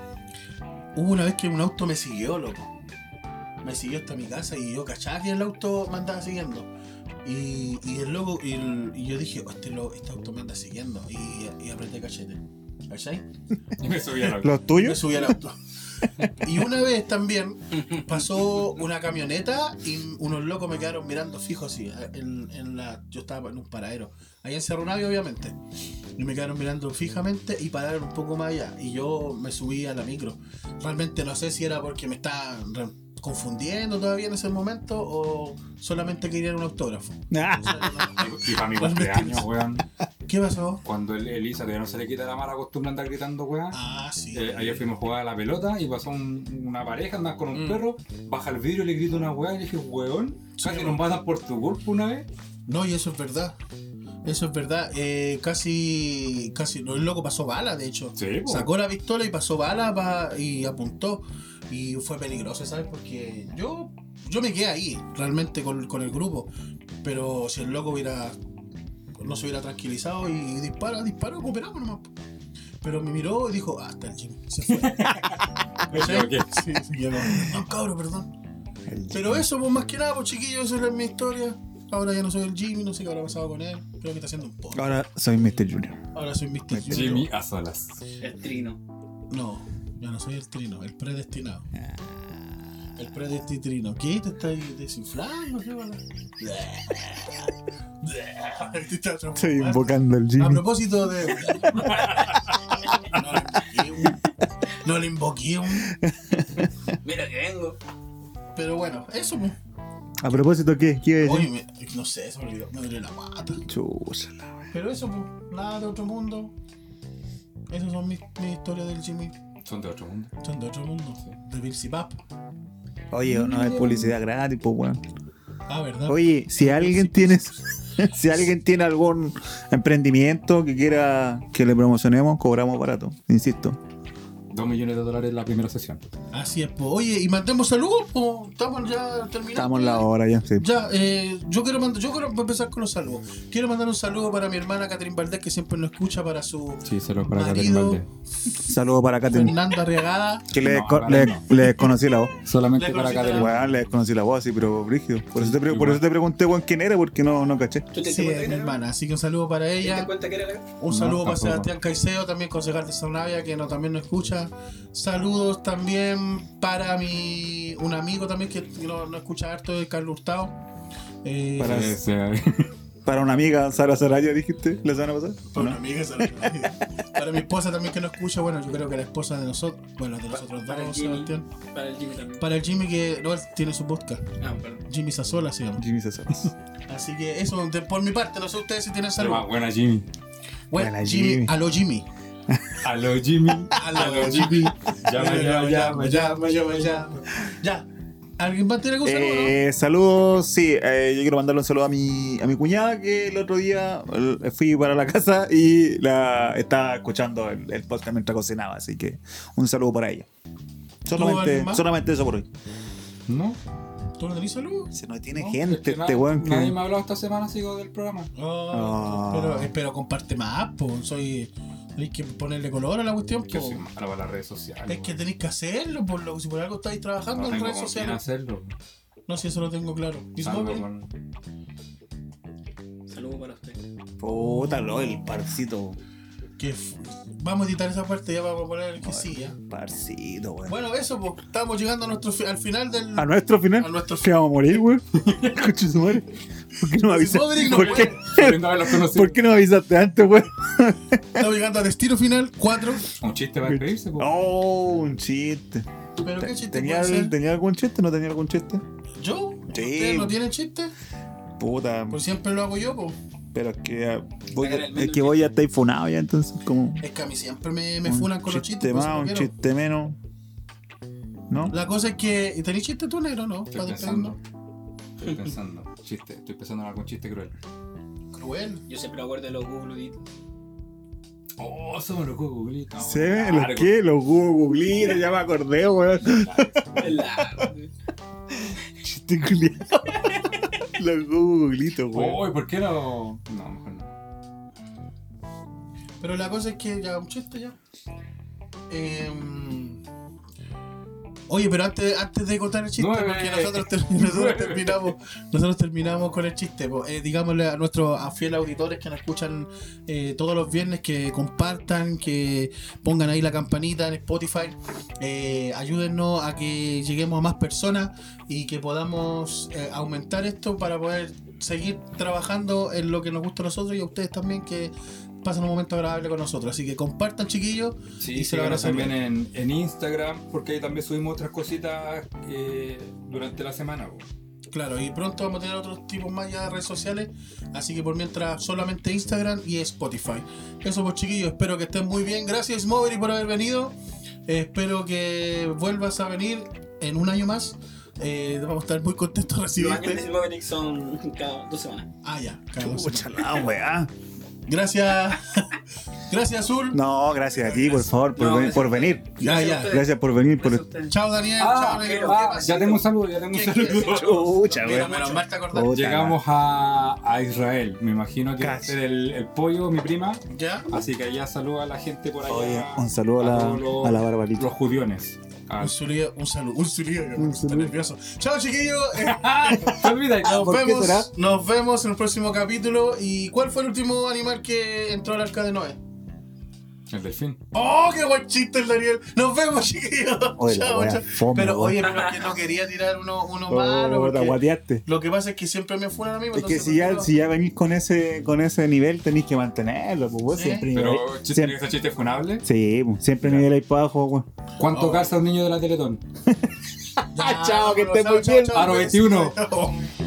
Hubo una vez que un auto me siguió, loco. Me siguió hasta mi casa y yo cachaba que el auto me andaba siguiendo. Y, y el loco, y, el- y yo dije, "Oh, este, lo- este auto me anda siguiendo. Y, y apreté cachete. ¿Cachai?
Y me subí a la...
¿Los
Me
tuyos?
subí al auto. Y una vez también pasó una camioneta y unos locos me quedaron mirando fijo así. En, en la, yo estaba en un paradero. Ahí en Cerro Navio, obviamente. Y me quedaron mirando fijamente y pararon un poco más allá. Y yo me subí a la micro. Realmente no sé si era porque me estaban re- confundiendo todavía en ese momento o solamente querían un autógrafo.
Ah,
O sea, no-
Y para mi cumpleaños, weón.
¿Qué pasó?
Cuando el Elisa todavía no se le quita la mala costumbre andar gritando, weón.
Ah, sí.
Eh, ayer fuimos a jugar a la pelota y pasó un- una pareja, andas con un
Mm.
perro, baja el vidrio y le grita una weá y le dije, weón,
Sí,
casi
weón.
nos matan por tu culpa una vez.
No, y eso es verdad. Eso es verdad. Eh, casi, casi, no, el loco pasó bala, de hecho.
Sí, po.
Sacó la pistola y pasó bala pa- y apuntó. Y fue peligroso, ¿sabes? Porque yo, yo me quedé ahí, realmente, con, con el grupo. Pero si el loco hubiera, no se hubiera tranquilizado y dispara, disparó, cooperamos nomás. po. Pero me miró y dijo, ah, está el Jimmy. Se
[laughs]
fue. ¿Cachai?
equivoqué.
Sí, se quedó. No, cabro, perdón.
El
Pero eso, pues más que nada, pues chiquillos, esa era mi historia. Ahora ya no soy el Jimmy, no sé qué habrá pasado con él. Creo que está haciendo un poco.
Ahora soy Mr. Junior.
Ahora soy Mr. Junior.
Jimmy a solas.
El trino.
No, ya no soy el trino, el predestinado. El predestitrino. ¿Qué? ¿Te estás desinflando? ¿Qué bola? Te estás transformando.
Estoy invocando al Jimmy.
A propósito de. No le invoqué, un- No le invoqué, un-
Mira que vengo.
Pero bueno, eso, pues.
A propósito, ¿qué? ¿Qué iba a
Oye,
decir?
me- no sé, se me olvidó. Me dolió la guata.
Chusa.
Pero eso, pues, nada de otro mundo. Esas son mis, mis historias del Jimmy.
Son de otro mundo.
Son de otro mundo. De Bilsy Pap.
Oye, no hay publicidad gratis, pues, weón.
Ah, ¿verdad?
Oye, si alguien tiene [laughs] si alguien tiene algún emprendimiento que quiera que le promocionemos, cobramos barato, insisto.
Dos millones de dólares en la primera sesión.
Así es, pues. Oye, y mandemos saludos, pues. Estamos ya terminando.
Estamos en la hora ya, sí.
Ya, eh, yo quiero mandar, yo quiero empezar con los saludos. Quiero mandar un saludo para mi hermana Catherine Valdés, que siempre nos escucha, para su
Sí, se lo
marido
Saludos para Catherine.
Fernando Arriagada.
Que le,
No,
co-
para
le,
no.
le desconocí la voz.
Solamente
Le
para
conociste
Catherine.
la-
Weón, le desconocí la voz así, pero brígido. Por eso te, pre- por
Igual.
eso te pregunté, weón, quién era, porque no, no caché.
¿Tú te diste
Sí,
cuenta
es
que
mi
era la-
hermana. Así que un saludo para
¿Te diste
ella.
cuenta que era la-
Un
No,
saludo para
tampoco.
Sebastián Caicedo, también concejal de Sornavia, que no, también nos escucha. Saludos también para mi un amigo también que no, no escucha harto, de Carlos Hurtado. Eh,
Para-
Sí, sí.
Para una amiga, Sara Saraya, dijiste la semana pasada. ¿o
para una
no?
amiga, saludos. para mi esposa también que no escucha, bueno, yo creo que la esposa de nosotros, bueno, de nosotros
para el
dos,
Jimmy.
Sebastián.
Para el Jimmy también.
Para el Jimmy que no, él tiene su podcast,
Ah, perdón.
Jimmy Sazola se llama.
Jimmy César.
Así que eso, de- por mi parte, no sé ustedes si tienen
Pero más
saludos.
buena Jimmy.
Bueno,
buena,
Jimmy,
Jimmy.
a lo Jimmy.
Aló Jimmy. Aló Jimmy. Llama, llama, llama, llama.
llama, llama. Ya. ¿Alguien va a tirar un saludo? no?
Eh, saludos, sí, eh, yo quiero mandarle un saludo a mi, a mi cuñada que el otro día eh, fui para la casa y la estaba escuchando el, el podcast mientras cocinaba, así que un saludo para ella.
alguien
Solamente,
más?
solamente eso por hoy.
No.
¿Tú no tenés saludos?
Se nos tiene
no, es
gente
que
este
na-
weón que...
Nadie me ha hablado esta semana, sigo del programa.
Ah,
Ah.
Pero, eh, pero comparte más, po. Soy. Tenéis que ponerle color a la cuestión, po.
Que soy malo para las redes sociales.
Oh. Es que
weón.
tenéis que hacerlo, por lo si por algo estáis trabajando
no
en
tengo
redes
con quién
sociales.
hacerlo.
No, si eso lo tengo claro. ¿Y su
Salgo
móvil?
con-
Saludos para usted.
Puta, lo, el parcito.
Que f- vamos a editar esa parte ya vamos a poner el que sí, ya.
Parcito, weón.
Bueno, eso, pues estamos llegando a nuestro fi- al final del.
A nuestro final.
A nuestro
Que vamos a morir,
[laughs]
weón. Concha de su madre. ¿Por qué no me avisaste?
Modric
[laughs]
no
¿Por, qué?
Lindo haberlos conocido.
¿Por qué no me avisaste antes, weón?
Estamos llegando al destino final, cuatro.
Un chiste para despedirse, po.
Oh, un chiste.
Pero qué
Te-
chiste
¿Tenía,
Este puede
el-
ser?
¿Tenía algún chiste? ¿No tenía algún chiste?
¿Yo?
Sí.
¿Ustedes no tienen chiste?
Puta,
Pues siempre lo hago yo, pues.
pero es que ah, voy,
Sacar el
es
menú
que voy ya estar funado ya, entonces como.
Es que a mí siempre me, me
un
funan con los chistes.
chiste
pues,
más,
no
un
quiero.
chiste menos. ¿No?
La cosa es que. ¿y ¿Tenés chiste tú, negro, no? Para
Estoy
despedirnos.
pensando. Estoy pensando. Chiste. Estoy pensando en algún chiste cruel.
Cruel.
Yo siempre me acuerdo de los Google
Oh, se me lo cojo, Googlito.
¿Se ven los qué? Los Google, Google, ya me acordé, weón. [laughs]
[laughs]
Chiste culiado. los Google, weón.
Uy, ¿por qué no? No, mejor no.
Pero la cosa es que ya, un chiste ya. Eh, oye, pero antes, antes de contar el chiste,
Nueve.
porque nosotros, ter- nosotros terminamos, [laughs] nosotros terminamos con el chiste. po. Eh, digámosle a nuestros a fieles auditores que nos escuchan eh, todos los viernes que compartan, que pongan ahí la campanita en Spotify. Eh, ayúdennos a que lleguemos a más personas y que podamos eh, aumentar esto para poder seguir trabajando en lo que nos gusta a nosotros y a ustedes también que pasen un momento agradable con nosotros. Así que compartan, chiquillos.
Sí,
Y se lo
síganos
agradecemos.
también en, en Instagram, porque ahí también subimos otras cositas eh, durante la semana, po.
Claro, y pronto vamos a tener otros tipos más ya de redes sociales. Así que por mientras, solamente Instagram y Spotify. Eso pues, chiquillos. Espero que estén muy bien. Gracias, Movery, por haber venido. Eh, espero que vuelvas a venir en un año más. Eh, vamos a estar muy contentos [laughs] de
Los años de
recibirte.
Maverick son cada dos semanas.
Ah, ya. cada dos semanas.
Pucha la weá.
Gracias. [laughs] Gracias, Azul.
No, gracias a ti, por favor, por,
No,
ven-
gracias.
por venir.
Ya,
Gracias a
ya.
ustedes.
Gracias por venir. Por...
Gracias a ustedes.
Chao, Daniel.
Ah,
Chao, negro.
ah,
¿Qué pasó?
ya tengo un saludo, ya tengo un
¿Qué
saludo.
quieres?
Chucha,
Mira,
weón.
menos mal te acordaste.
Puta
Llegamos a, a Israel, me imagino que va a
Casi.
ser el, el pollo, mi prima.
¿Ya?
Así que allá saluda a la gente por allá.
Oye, un saludo a
todos los-
la, a la barbarita.
Los judiones. Ah,
Un saludo, un saludo, un saludo.
Un
Está
saludo.
nervioso. Chao, chiquillos. Eh,
Ah.
te olvidas.
Nos
¿por qué
vemos,
será?
nos vemos en el próximo capítulo. ¿Y cuál fue el último animal que entró al arca de Noé?
El delfín.
¡Oh, qué buen chiste el Daniel! ¡Nos vemos, [laughs] chiquillos!
Oye, la wea fome,
pero
weón.
oye, pero que no quería tirar uno, uno malo.
Oh, te
porque
aguateaste.
Lo que pasa es que siempre me fueron a mí. pues,
Es que
entonces,
si ya,
no.
si ya venís con ese, con ese nivel, tenéis que mantenerlo, pues, weón.
Sí.
Siempre nivel.
Pero chiste,
Siempre,
ese chiste funable.
sí, pues, siempre
Ya.
nivel ahí para abajo, weón.
¿Cuánto calza un niño de la Teletón?
Ya,
Ah, Chao, que
pero pues.
estés muy
[laughs]
bien.
A 91.
chao.